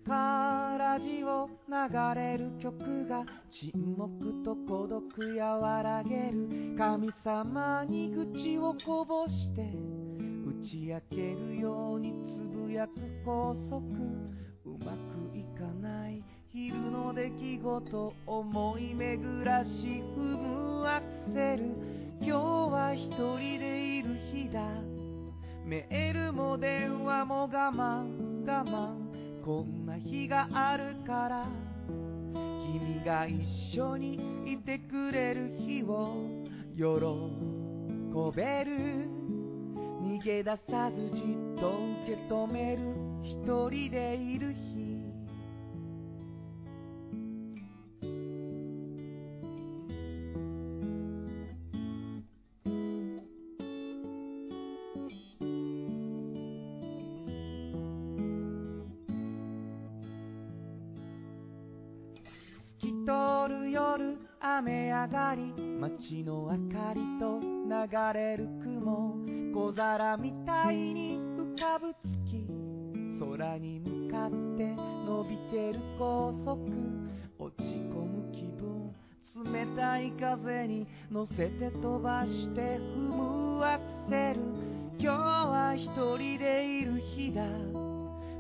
カラジオ流れる曲が沈黙と孤独和らげる神様に口をこぼして打ち明けるようにつぶやく高速うまくいかない昼の出来事思い巡らし踏むアクセル今日は一人でいる日だメールも電話も我慢我慢こんな日があるから君が一緒にいてくれる日を喜べる逃げ出さずじっと受け止める一人でいる日透き通る夜雨上がり街の明かりと流れる雲小皿みたいに浮かぶ月空に向かって伸びてる高速落ち込む気分冷たい風に乗せて飛ばして踏むアクセル今日は一人でいる日だ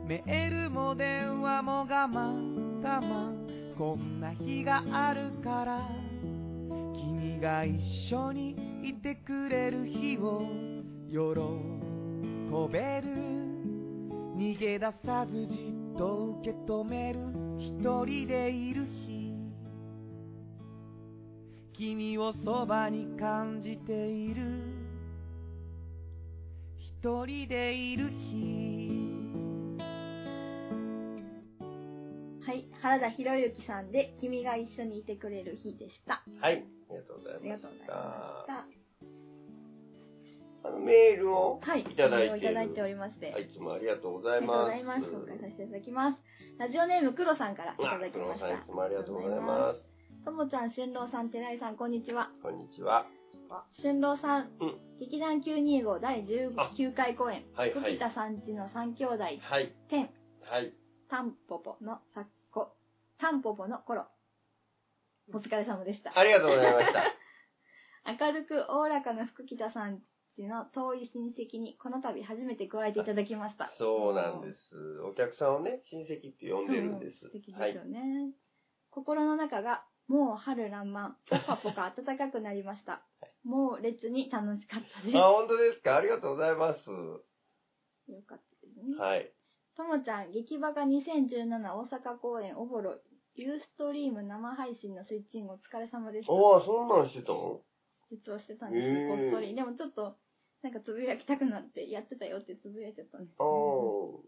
メールも電話も我慢我慢こんな日があるから君が一緒にいてくれる日を喜べる逃げ出さずじっと受け止める一人でいる日君をそばに感じている一人でいる日はい。原田博之さんで、君が一緒にいてくれる日でした。はい。ありがとうござあいりまがし。とうございましたた。あのメールをはい。いただいメールをいてるただいておりまして。あいつもありがとうござあいりがとうます。ございます。紹介させていただきます。ラジオネーム、黒さんからいただあ、き黒ま野しさんいたつ。もありがとうございます。ともちゃん、春郎さん、寺井さん、こんにちは。こんにちは。春郎さん、うん劇団925第19回公演、はいは久喜い田さんちの三兄弟、はい。天、はい。タンポポのさっこ、タンポポの頃。お疲れ様でした。ありがとうございました。 明るくおおらかな福北さんちの遠い親戚にこの度初めて加えていただきました。そうなんです。お客さんをね、親戚って呼んでるんです。素敵はですいよ。ね、心の中がもう春爛漫ポカポカ暖かくなりました、もう列に楽しかったですあ、よ本当ですかありがとうございます。かったですねはい。ともちゃん劇場が2017大阪公演おぼろユーストリーム生配信のスイッチングお疲れ様でしたおー、そんなんしてたの実はしてたんですへーこっそりでもちょっとなんかつぶやきたくなってやってたよってつぶやいちゃったんですお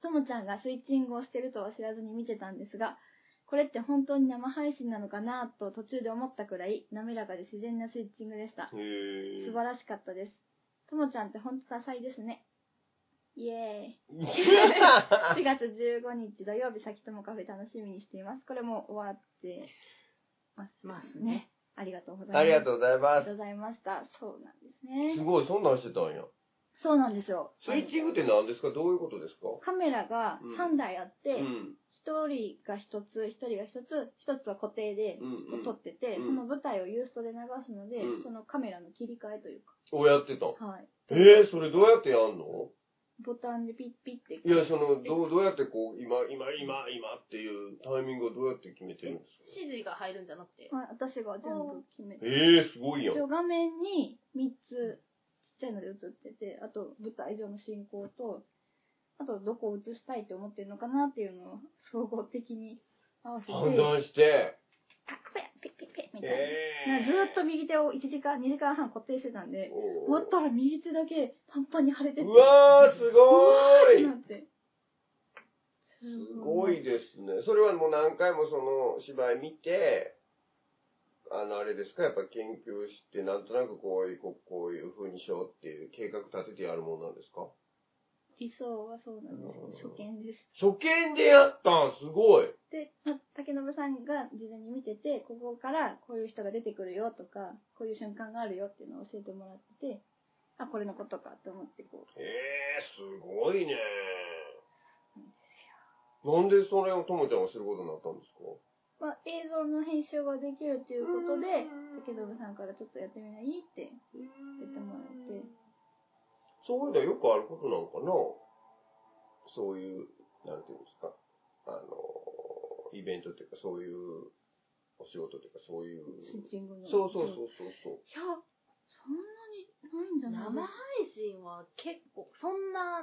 ともちゃんがスイッチングをしてるとは知らずに見てたんですが、これって本当に生配信なのかなと途中で思ったくらい滑らかで自然なスイッチングでしたー。。へ素ー。晴らしかったです。ともちゃんって本当多彩ですね。イエーイ。4月15日土曜日、さきともカフェ楽しみにしています。これも終わってます。ますね。ありがとうございます。 ありがとううございあまりがとす。うございました。そうなんですすね。ごい、そんなんしてたんや。そうなんですよ。スイッチングって何ですかどういうことですかカメラが3台あっうて、ん。 1人が1つ、1人が1つ、1つは固定でうんうん撮ってて、うんその舞台をユーストで流すので、うんそのカメラの切り替えというをやってた。か、はい。えー、それどうやってやんのボタンでピッピッて。いや、その、どう、どうやってこう、今、今、今、今っていうタイミングをどうやって決めてるんですか指示が入るんじゃなくて。はい、私が全部決めて。えー、すごいやん。一う応画面に3つちっちゃいので映ってて、あと舞台上の進行と、あとどこを映したいと思ってるのかなっていうのを総合的に合わせて、あ、判こ断して。や、ピッピッピッみたいな。えなー。ずーっと右手を1時間、2時間半固定してたんで、おー終わったら右手だけパンパンに腫れてて、うわー、すごっていなって。すごいすですね。それはもう何回もその芝居見て、あの、あれですか、やっぱ研究して、なんとなくこういう、こうこういう風にしようっていう計画立ててやるもんなんですか理想はそうなんです。初見です。初見でやったんすごいで、ま竹信さんが事前に見てて、ここからこういう人が出てくるよとか、こういう瞬間があるよっていうのを教えてもらってて、あ、これのことかって思ってこえー、すごいねなんでそれをともちゃんがすることになったんですかう、まあ、映像の編集ができるっていうことで、竹信さんからちょっとやってみないって言ってもらって、そういうのはよくあることなのかなそういう、なんていうんですか。あの、イベントっていうか、そういうお仕事っていうか、そういう。スイッチングの。そうそうそいうそうそう。や、そんなにないんじゃ生ない配信は結構、そんな、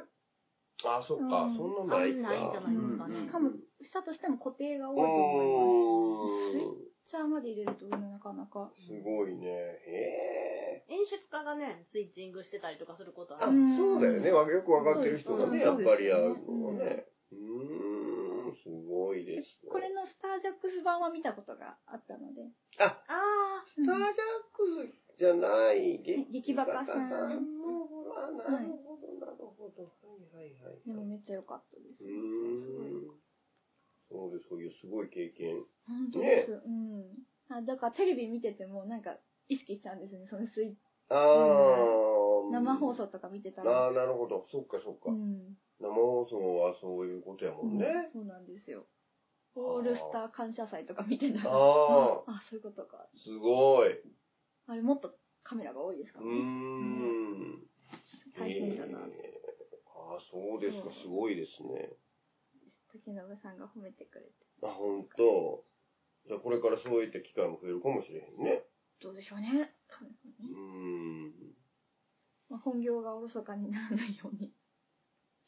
あ、そっか、うんそんなないか。そんなないんじゃないですかうんねしかも、したとしても固定が多いと思います。うーん。チャーまで入れるとなかなか。すごいね。へえ。演出家がね、スイッチングしてたりとかすることあ、あうる。んそうだよね。わよくわかってる人がね、やそうっですぱりやるのそうはですね。うーん、すごいですね。これのスタージャックス版は見たことがあったので、あ、ああスタージャックスじゃない、劇バカさんの、あ、なるほど、なるほど。はいはいはい。でもうめっちゃ良かったです。ーすごいん。そうです、そういうすごい経験。本当です。うん。あだからテレビ見ててもなんか意識しちゃうんですね。そのスイあー。生放送とか見てたら。ああ、なるほど。そっかそっか。うん。生放送はそういうことやもんね。うんそうなんですよ。オールスター感謝祭とか見てたら。あああ、あ、そういうことか。すごい。うあれもっとカメラが多いですかーらね。ん。大変だな。ええああ、そうですか。すごいですね。竹信さんが褒めてくれて。あ、ほんと。じゃあこれからそういった機会も増えるかもしれへんね。どうでしょうね。うーん。まあ、本業がおろそかにならないように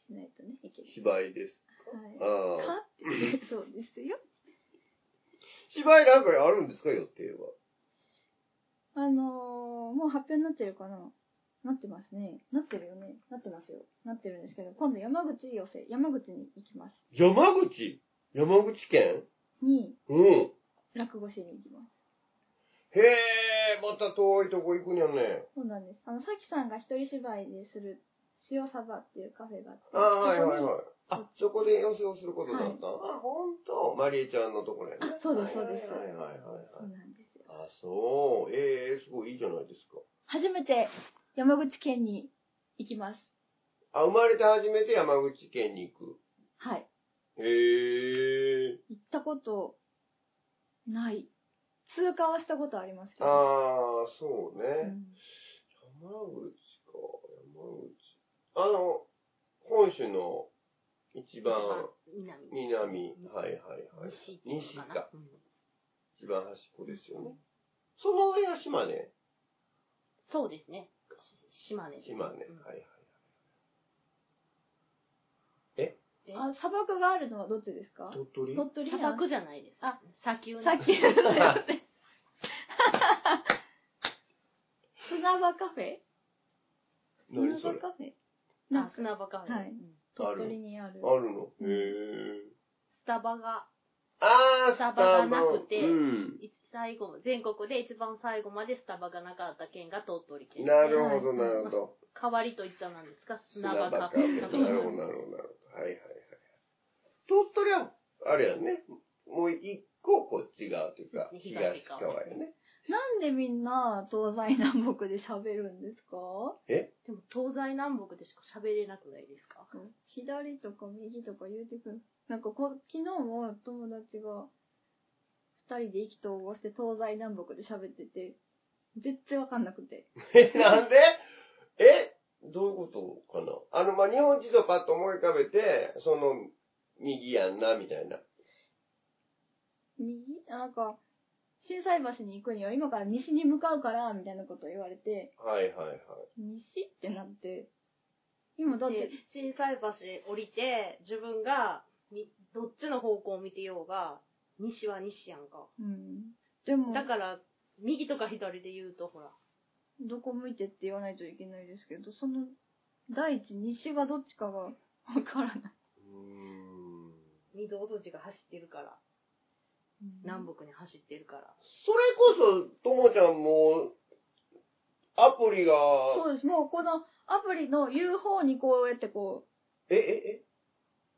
しないとね、いけない。芝居です。はい。あはっあ。てそうですよ。芝居なんかあるんですか予定は。あのー、もう発表になってるかななってますね。なってるよね。なってますよ。なってるんですけど、今度山口寄せ、山口に行きます。山口山口県に、うん。落語しに行きます。へえ、また遠いとこ行くにゃね。そうなんです。あの、さきさんが一人芝居でする、塩サバっていうカフェがあって、。ああ、はいはいはいい。あ、そこで寄せをすることになった。あ、ほんと。マリエちゃんのところやねあ。そうですそうですはいはいはいはいそうはい。なんですよ。あ、そう。ええすごいいいじゃないですか。初めて山口県に行きます。あ、生まれて初めて山口県に行く。はい。へえ。行ったこと、ない。通過はしたことありますけあど。あ、そううね。ん山口か、山口。あの、本州の一番南。南、はいはいはい。西っていう西のかなか。。うん一番端っこですよね。その上は島根。そうですね。し島根。島根。はいうんはい。えあ、砂漠があるのはどっちですか鳥取鳥取や砂ん漠じゃないです。あ、砂丘ねさっき。 砂場カフェ何そ砂れ場カフェなんあか砂場か。はいうん鳥取にある。あるの。へえ。スタバがあー、スタバがなくてうん。一最後、全国で一番最後までスタバがなかった県が鳥取県。なるほど、なるほど。代わりと言っちゃなんですか砂場砂場カカフェ。ななるほるほど、などるほど、なるほど。はいはいはい。鳥取は、あれやね。もう一個こっち側というか、そうですね東東側側やね。なんでみんな東西南北で喋るんですかでも東西南北でしか喋れなくないですか左とか右とか言うてくる。なんかこ昨日も友達が二人で意気投合して東西南北で喋ってて、絶対わかんなくて。え、 なんでえどういうことかなあの、まあ、日本地図をパッと思い浮かべて、その、右やんな、みたいな。右あなんか、震災橋に行くには今から西に向かうから、みたいなこと言われて、はいはいはい。西ってなって、今だってで、心斎橋降りて、自分がみどっちの方向を見てようが、西は西やんか。うん。でも、だから、右とか左で言うと、ほら、どこ向いてって言わないといけないですけど、その、第一、西がどっちかがわからない。うーん。御堂筋が走ってるから、南北に走ってるから。それこそ、ともちゃんも、アプリが、そうです。もうこのアプリの言う方にこうやってこえ、え、う、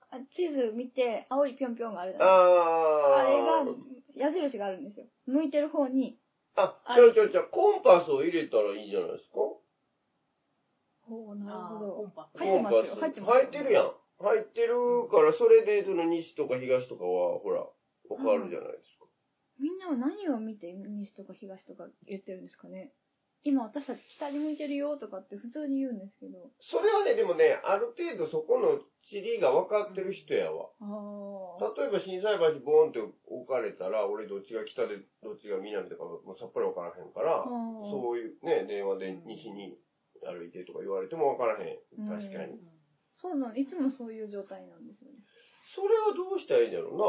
あ地図見て、青いぴょんぴょんがあるえじゃないああれがー。、矢印があるんですよ。向いてる方に、あ、あちょいちょいちょい、コンパスを入れたらいいじゃないですかおおなるあほど。ーコンパス。入ってますよコンパス入ってますよ入ってるやん。入ってるから、それで、その西とか東とかは、ほら、わかるじゃないですか。みんなは何を見て西とか東とか言ってるんですかね。今私たち北に向いてるよとかって普通に言うんですけど。それはね、でもね、ある程度そこの地理が分かってる人やわ。ああ。例えば、震災橋ボーンって置かれたら、俺どっちが北で、どっちが南とか、もうさっぱり分からへんから、そそういうね、電話で西に歩いてとか言われても分からへん。確かうに。んそうなん、いつもそういう状態なんですよね。それはどうしたらいいんだろうん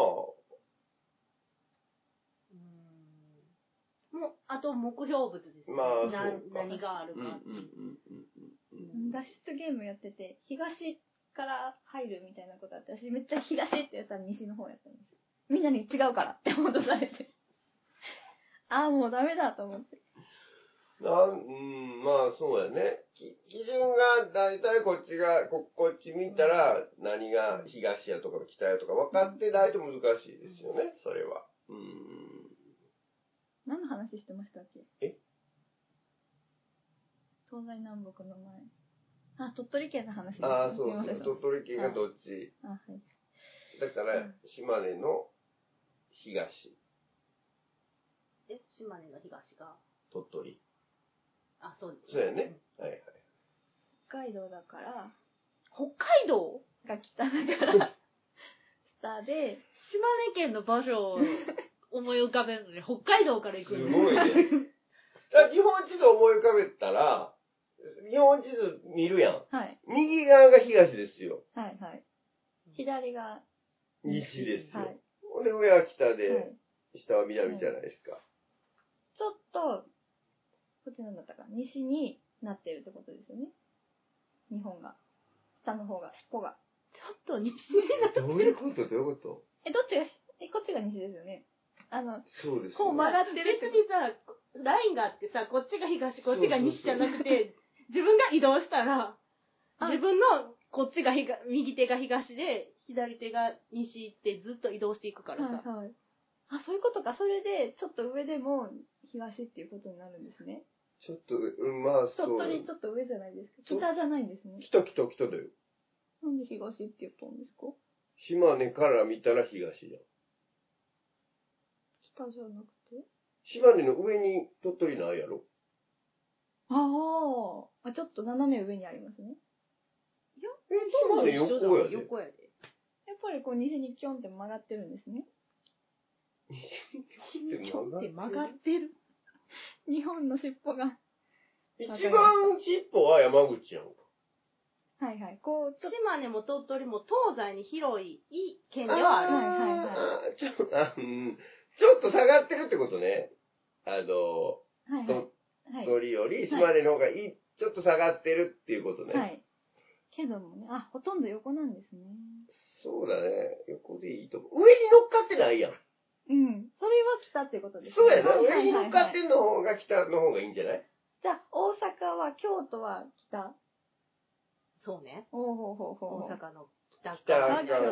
もう、あと目標物です、まあなそうか何があるうな。か。うんうん脱出ゲームやってて、東から入るみたいなことあって、私めっちゃ東ってやったら西の方やったんです。みんなに違うからって戻されて。ああ、もうダメだと思って。なん、うん、まあそうやね。き基準が大体こっちが、こ、こっち見たら何が東やとか北やとか分かってないと難しいですよね、それは。うん。何の話してましたっけえ東西南北の前。あ、鳥取県の話ですねああ、そうすいません。そう。鳥取県がどっち。あ、はい。だから、島根の東、え、島根の東が。鳥 取。あ、そうです、そうやね。はいはい。北海道だから、うん。北海道が北だから、 下で、島根県の場所を思い浮かべるのに、北海道から行すくのごいね。だから日本地図思い浮かべたら、日本地図見るやん。はい、右側が東ですよ。はい、はい。左が、西ですよ。はい、ほんで、上は北で、はい。下は南じゃないですか。ちょっと、こっちなんだったか、西になってるってことですよね。日本が。下の方が、尻尾が。ちょっと西どういうことどういうことえ、どっちが、え、こっちが西ですよね。あの、そうです、ね。こう曲がってるっ別て。にさ、ラインがあってさ、こっちが東、こっちが西じゃなくて、自分が移動したら、あ自分のこっちが東右手が東で、左手が西ってずっと移動していくからさ。はいはい。あ、そういうことか。それで、ちょっと上でも東っていうことになるんですね。ちょっと、うん、まあ、そう。鳥取ちょっと上じゃないですか。そう北じゃないんですね。北、北、北だよ。なんで東って言ったんですか島根から見たら東じゃん。北じゃなくて島根の上に鳥取ないやろあーあ。ちょっと斜め上にありますね。え、島根一緒だ横やで。横やで。やっぱりこう西にキョンって曲がってるんですね。ちょって曲がってる。日本の尻尾が。一番尻尾は山口やんか。はいはい。こう、ちょっ島根も鳥取も東西に広い県ではある。はいはいはいあーちょっと、あうんちょっと下がってるってことね。あの、と、はいはい。鳥はい。取より島根の方がいい、ちょっと下がってるっていうことね。はい。けどもね、あ、ほとんど横なんですね。そうだね。横でいいと思う。上に乗っかってないやん。うん。それは来たってことですねそうやな。はいはい上に乗っかはいってんの方が北の方がいいんじゃないじゃあ、大阪は、京都は北。そうね。おうほうほうほう大ほう。阪の北北がが京都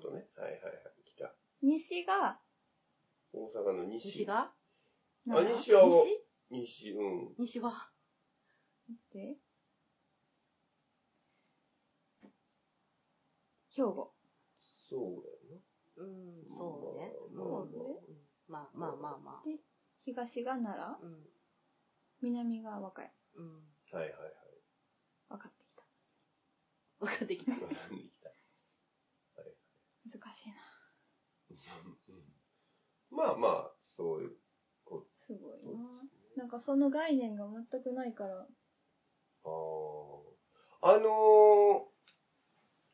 京都ね。はいはいはい。北。西が、大阪の西。西がなんだあっ西は、西西、うん。西はて兵庫。そうだようん、な。そうね。まあまあまあうんまあまあまあま東が奈良あ。。うん。南が和歌山。うん。はいはいはい。分かってきた。分かってき た。わかんでき難たしいな。まあまあ、そういう。すごいな。なんかその概念が全くないから。あーあのー、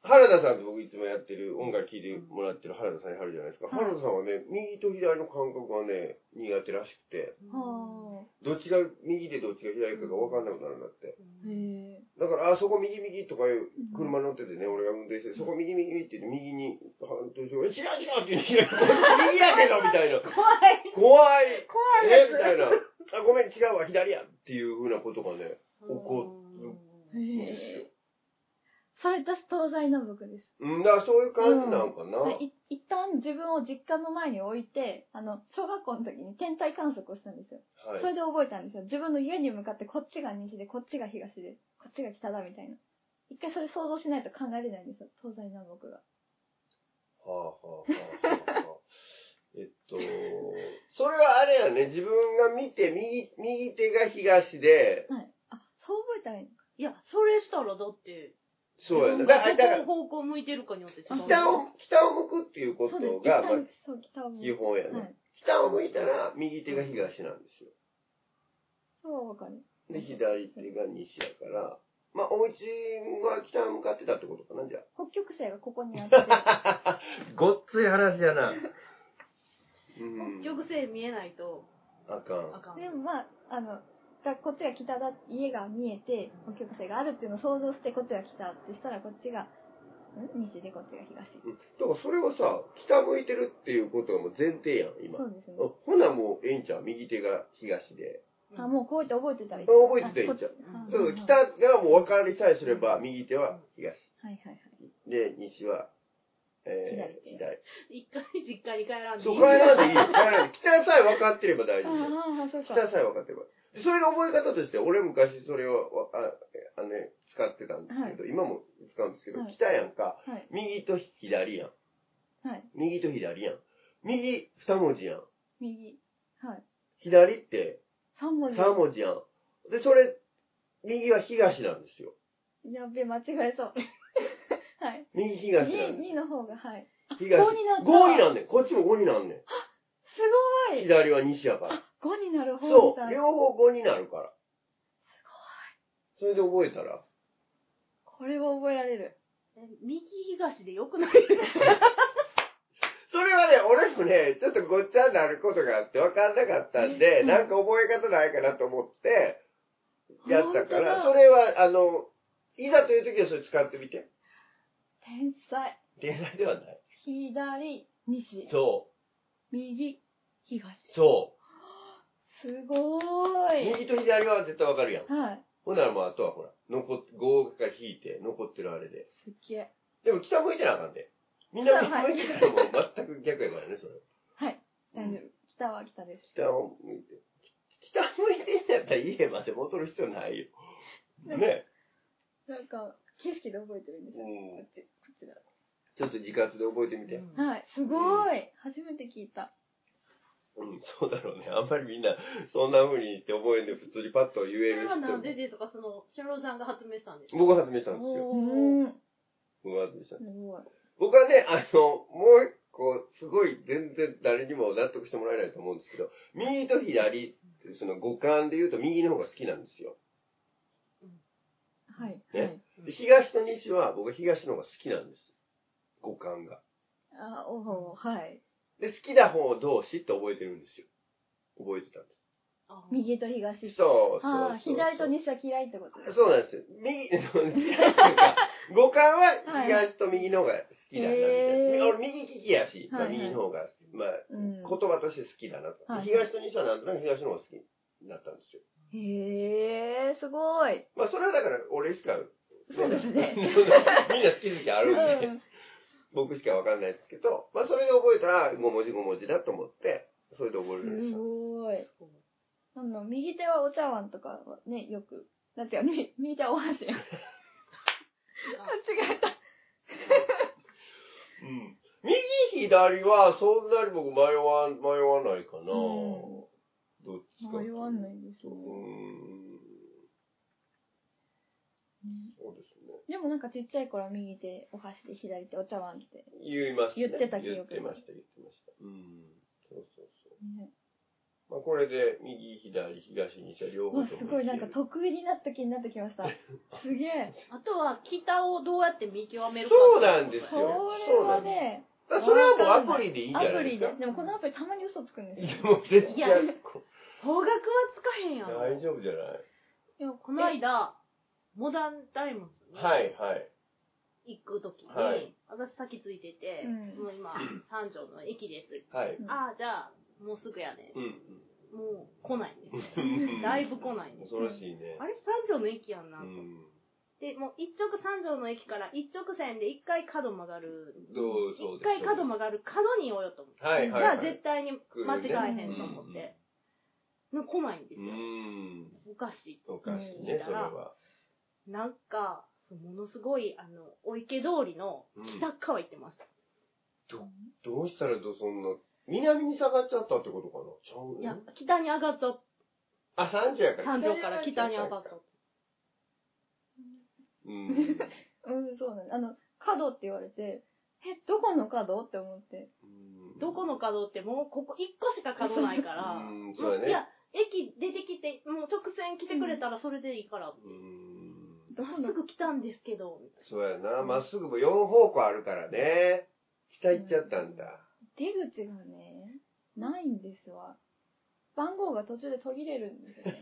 原田さんと僕いつもやってる、音楽聴いてもらってる原田さんにあるじゃないですか。はい原田さんはね、右と左の感覚がね、苦手らしくて、うんはどっちが右でどっちが左かが分かんなくなるんだって。あ。へえ。だから、あ、そこ右右とかいううん車乗っててね、俺が運転して、そこ右右右って言って右に、半年後、え違う違うって言って、右やけどみたいな。怖い。怖い怖いえやみたいな。あ、ごめん、違うわ、左やっていうふうなことがね。つ。怒るうんへえ。それ私東西南北です。うん、だからそういう感じなんかな。でい一旦自分を実家の前に置いて、あの、小学校の時に天体観測をしたんですよ。そはい。れで覚えたんですよ。自分の家に向かってこっちが西で、こっちが東で、こっちが北だみたいな。一回それ想像しないと考えれないんですよ。東西南北が。はあはあはあはあ。えっと、それはあれやね、自分が見て、右、右手が東で、はい。あ、そう覚えたらいいのか。いや、それしたらだって、そうやな。自分だがから、だかどこのら方向向いてるかによって違う。北を、北を向くっていうこそうですと。が、一ま旦あ、そう、北を向いて基本やはねい。。北を向いたら、右手が東なんですよ。そうはわかる。で、左手が西やから、まあ、お家は北向かってたってことかな、じゃあ。北極星がここに あって、ごっつい話やな。うん。北極星見えないと、あかあん。かん。でもまあ、あの、がこっちが北だ、家が見えて、北極星があるっていうのを想像して、こっちが北ってしたら、こっちが、ん西でこっちが東。うんだからそれはさ、北向いてるっていうことがもう前提やん、今。そうですね。あほなもうええんちゃう右手が東で。あ、もうこうやって覚えてたらいい。覚えてたらいいんちゃうあそこうっち北がもう分かりさえすれば、右手は東。はいはいはい。で、西は、えー、左左。一回実家に帰らんでそう、いい変えらんでいいよ。変えらんで北さえ分かってれば大丈夫。ああ、そうか。北さえ分かってれば。それの覚え方として、俺昔それを、あ、あのね、使ってたんですけど、今も使うんですけど、はい北やんか、はい。右と左やん。はい。右と左やん。右二文字やん。右。はい。左って三文字。三文字やん。で、それ、右は東なんですよ。やっべ、間違えそう。 はい。右東なんで二、二の方が、はい。す。東。五になった5になんねん。こっちも5になんねん。すごい左は西やから。五になる方みそたう。い。両方5になるから。すごい。それで覚えたら。これは覚えられる。右東でよくない ですかそれはね、俺もね、ちょっとごっちゃになることがあって分かんなかったんで、うんなんか覚え方ないかなと思って、やったか本ら、当そだれは、あの、いざという時はそれ使ってみて。天才。天才ではない。左、西。そ右、東。う。そすごーう。い。右と左は絶対分かるやん。はい。ほんならもうあとはほら、残っ、合格から引いて、残ってるあれで。すっげえ。でも北向いてなあかんで。南向いてるともう全く逆やからね、それ。はい。大丈夫。北は北です。北を向いて。北向いてんやったら家まで戻る必要ないよ。うんね。なんか、景色で覚えてるんですうよ。こんっ。ち、こっちだ。ちょっと自活で覚えてみて。はい。すごーい。初めて聞いた。うん、そうだろうね。あんまりみんな、そんな風にして覚えんで、普通にパッと言そえれるは人なんも。でですかその、シャロさんが発明したんですか僕は始めたんですよ。うおーん。す僕は始めた。ごい。僕はね、あの、もう一個、すごい、全然誰にも納得してもらえないと思うんですけど、右と左って、その五感で言うと右の方が好きなんですよ。はい。ねはい。で東と西は、僕は東の方が好きなんです。五感が。あ、おおはい。で、好きな方同士って覚えてるんですよ。覚えてたんです。あー右と東ってそうそうそああう左と西は嫌いってことですそうなんですよ。右、 そう違うっていうか五感は東と右の方が好きだな、みたいへな。ー俺右利きやし、まあ、はいはい右の方が、まあ、うん言葉として好きだなと。はい東と西はなんとなく東の方が好きになったんですよ。へえすごいまあ、それはだから俺しか、そうですねみんな好き好きあうるんで、ん僕しかわかんないですけど、まあ、それで覚えたら5文字5文字だと思って、それで覚えるんですすよ。ごいすごいなんだろう右手はお茶碗とかはねよくだってみ右手はお箸間違えたうん。右左はそんなに僕迷わん迷わないかな、うんどっちか。迷わんないですうーねん。そうですね。でもなんかちっちゃい頃は右手お箸で左手お茶碗って、言いました、ね。言ってた記憶言ってました、言ってました。うん。そうそうそう。まあ、これで、右、左、東、西は両う方わとも。すごいなんか得意になった気になってきましたすげえあとは北をどうやって見極めるかそうなんですよこれはねだからそれはもうアプリでいいんじアゃなプいリですか。ででもこのアプリたまに嘘つくんですよいや、もう絶対いや、こ方角はつかへんやろ大丈夫じゃないいやこの間モダンタイムズにはい、はい。行く時に、はい私先ついてて、うん もう今三条の駅です、はうい。んああじゃあもうすぐやねうんもう来ないねうん。だいぶ来ないね恐ろしいねあ。れ三条の駅やんな、うん。でもう一直三条の駅から一直線で一回角曲がるどうそう一です回角曲がる角にいようよと思って、はい、はい。じゃあ絶対に間違えへんと来る思っねて、の来ないんですうよ、ん。おかしいおかしいね、それは。なんか、そうものすごい、あの、お池通りの北側行ってます。どうしたらどうそんな、南に下がっちゃったってことかなちゃうのいや、北に上がっちゃう。あ、三条やから。三条から北に上がっちゃう。うん。うんそうなんですあの角って言われてえどこの角って思ってどこの角ってもうここ1個しか角ないから、うんそうだねいや、駅出てきて、もう直線来てくれたらそれでいいから、うん。どまこっのすぐ来たんですけど、みたいそうやな。まっすぐも4方向あるからね。下行っちゃったんだ。出口がねないんですわ番号が途中で途切れるんですよね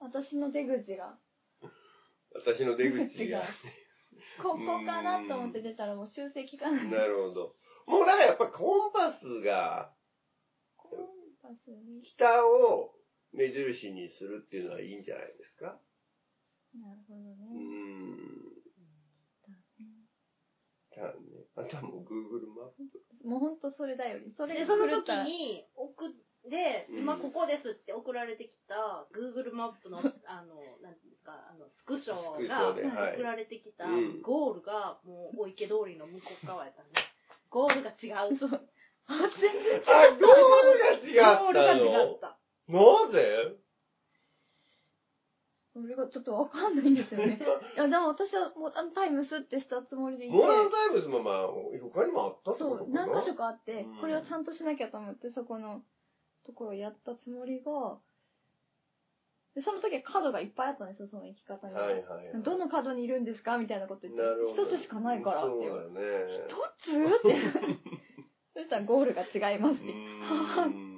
私の出口が私の出口が。 ここかなと思って出たらもう修正効かないなるほど。もうだからやっぱコンパスが、コンパスに北を目印にするっていうのはいいんじゃないですか。なるほどうね、ん。だね。あとはもう Google マップ。もうほんとそれだよりそな。れがで、その狂っ時たらに、送で、うん今ここですって送られてきた、Google マッ プの、あの、なんていうんですか、あの、スクショスクシがョ、で、はい送。られてきたうんゴールがもうお池通りの向こう側やったね。ゴールが違う。そうあ全然違うあ、ゴールが違ゴーっルがた違のった。なぜそれがちょっとわかんないんですよねいやでも私はもうあのタイムスってしたつもりでいてモランタイムズもまあ、他にもあったってそことうかな何箇所かあってうんこれはちゃんとしなきゃと思ってそこのところをやったつもりがでその時は角がいっぱいあったんですよその行き方に、はいはいはい。どの角にいるんですかみたいなこと言ってなるほど一つしかないからって言われてそうだ 一つっね。て そしたらゴールが違いますってうーん。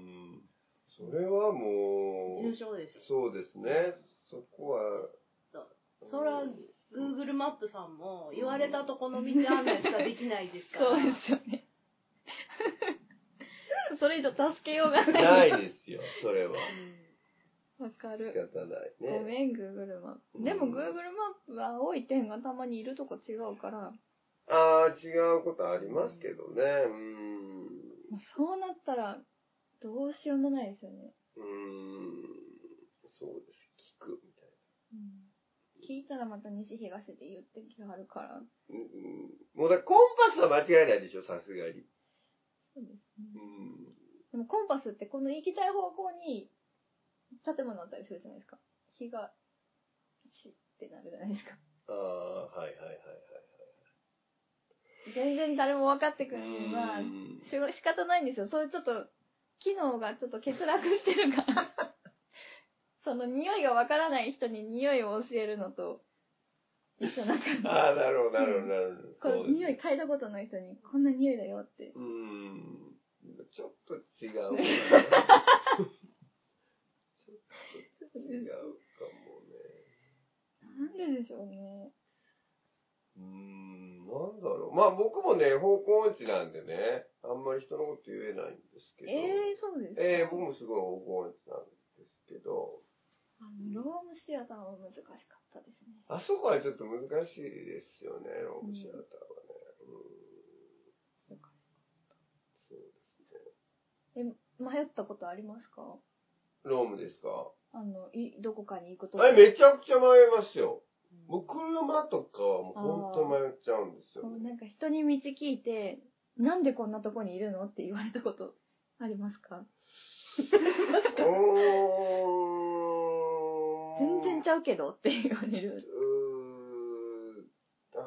それはも重う、症でしそうですね。そこは、た。そら、Google マップさんも言われたとこの道案内しかできないで すから。そうですよね それ以上助けようが ないないですよ、それは。わか仕る方ないごね。めん Google マッうんプでも Google マップは青い点がたまにいるとこ違うからああ、違うことありますけどね。うーん。もうそうなったらどうしようもないですよね、うーん。そうです。聞くみたいな。聞いたらまた西東で言ってきはるからうんうんもうだからコンパスは間違いないでしょ、さすがに。そうですうねん。でもコンパスってこの行きたい方向に建物あったりするじゃないですか日がしってなるじゃない ですかああ、はいはいはい全然誰も分かってくれないのは。はいうーんし仕方ないんですよそういうちょっと機能がちょっと欠落してるから その匂いが分からない人に匂いを教えるのと一緒なんかああ、なるほど、なるほど、なるこほど。れ匂い嗅いだことない人にこんな匂いだよって うーん。ちょっと違う。ちょっもね、方向音痴なんでね、あんまり人のこと言えないんですけど。えー、そうですか。えー僕もすごい方向音痴なんですけど、あのロームシアターも難しかったですね。あそこはちょっと難しいですよね、ロームシアターはね。難しかっうん、そうですね。たえ、迷ったことありますかロームですかあの、い、どこかに行くとあれめちゃくちゃ迷いますよ。うん僕車とかはもう本当迷っちゃうんですよこうね。なんか人に道聞いて、なんでこんなとこにいるのって言われたこと ありますかうーん全然ちゃうけどって言われる。うーんあー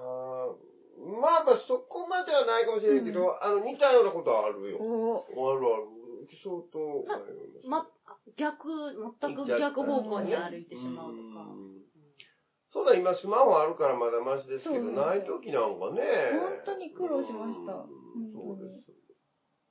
まあまあそこまではないかもしれないけど、うあの似たようなことはあるよ。おあるある。相当あるよねま、逆、全く逆方向に歩いてしまうとか。んうんそうだ、今スマホあるからまだマシですけそど、うななんいですよ時なんかね。本当に苦労しましたうん本そ当うでにす。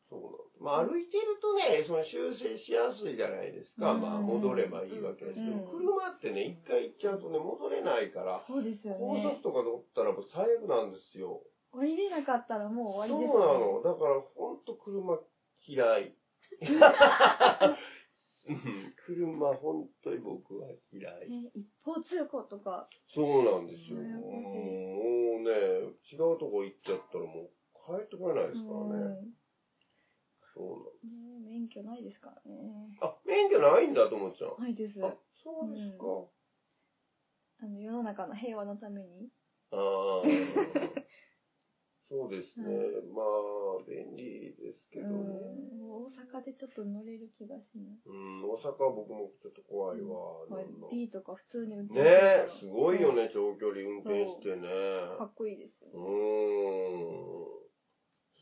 そうなんです。まあ歩いてるとね、その修正しやすいじゃないですか。うんまあ戻ればいいわけですけど、うん車ってね、一回行っちゃうとね、戻れないから、そうですよ高速ね。とか乗ったらもう最悪なんですよ。降りれなかったらもう終わりです、そうなの。だから、ほんと車嫌 い。うん車、本当に僕は嫌い。ね、一方通行とか、そうなんですよ。やもやこしいうんもうね、違うとこ行っちゃったらもう帰ってこれないですからね。そうなんうんね免許ないですからね。あ、免許ないんだと思っちゃう。ないです。あ、そうですか。あの世の中の平和のために。ああ。 そうですね。まあ、便利ですけうどんね。。大阪でちょっと乗れる気がしない。うん、大阪は僕もちょっと怖いわ。これなんだ D とか普通に運転ねえ、すごいよね、長距離運転してね。かっこいいですようね。ーん。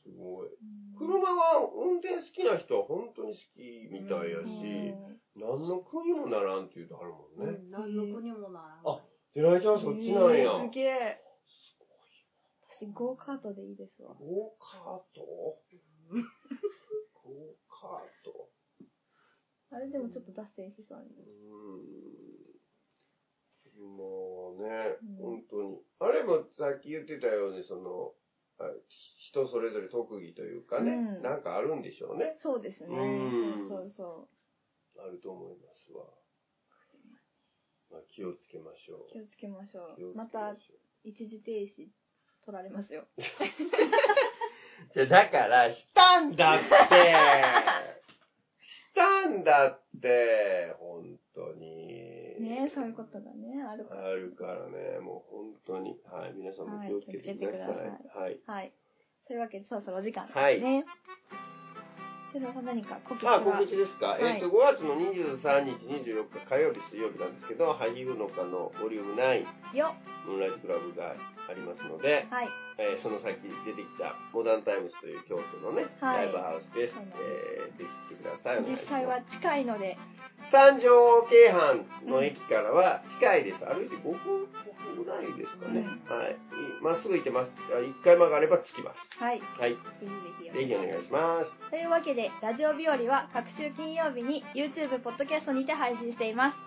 すごい。うん車は運転好きな人は本当に好きみたいやうし、ん何の苦にもならんって言うとあるもんね。うん何の国もならない。寺井ちゃんそっちなんや。えーすげえ。私、ゴーカートでいいですわ。ゴーカートゴーカートあれでもちょっと脱線しそうにう。ーん。もうね、うん本当に。あれもさっき言ってたように、その、あ人それぞれ特技というかね、うんなんかあるんでしょうね。そうですね。うんそうそあると思いますわ。まあ、気をつけましょう。う気。をつけましょ気をう。つけましょうた、一時停止取られますよ。じゃ、だから、したんだってしたんだって本当に。ねそういうことがね、あるから。あるからね、もう本当に。はい、皆さんもはい気をつけてください。気をつけてくだはい。はい。そういうわけで、そろそろお時間ですはいね。瀬戸さん何か告知あ、は告知ですはか。いえっ、と、5月の23日、24日、火曜日、水曜日なんですけど、ハギウノカのボリューム9、よ。ムーンライトクラブがありますので、はい。えーその先に出てきたモダンタイムズという京都のね、はいライブハウスです。そうなんでえーぜひ来てください。お願いします実際は近いので、三条京阪の駅からは近いです。歩いて5分、5分ぐらいですかうんね。はい。まっすぐ行ってます。あ一回曲がれば着きまはい。ぜす。はい。ひぜひお願いぜしひおます願いします。というわけで、ラジオ日和は各週金曜日に YouTube、ポッドキャストにて配信しています。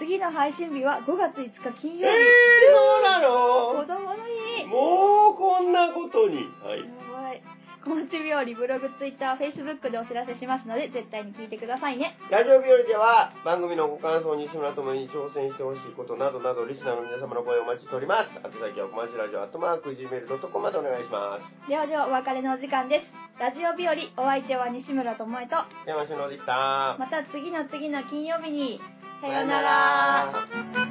次の配信日は5月5日金えー、曜日、子そうなの供の日もうこんなことに。はい。やばい。小町日和、ブログ、ツイッター、フェイスブックでお知らせしますので、絶対に聞いてくださいね。ラジオ日和では番組のご感想、西村智美に挑戦してほしいことなどなど、リスナーの皆様の声をお待ちしております。宛先はこまちラジオ、アットマーク、gmail.com までお願いします。ではでは、お別れのお時間です。ラジオ日和、お相手は西村智恵と、山下のでした。また次の次の金曜日に、さよううなら。ら。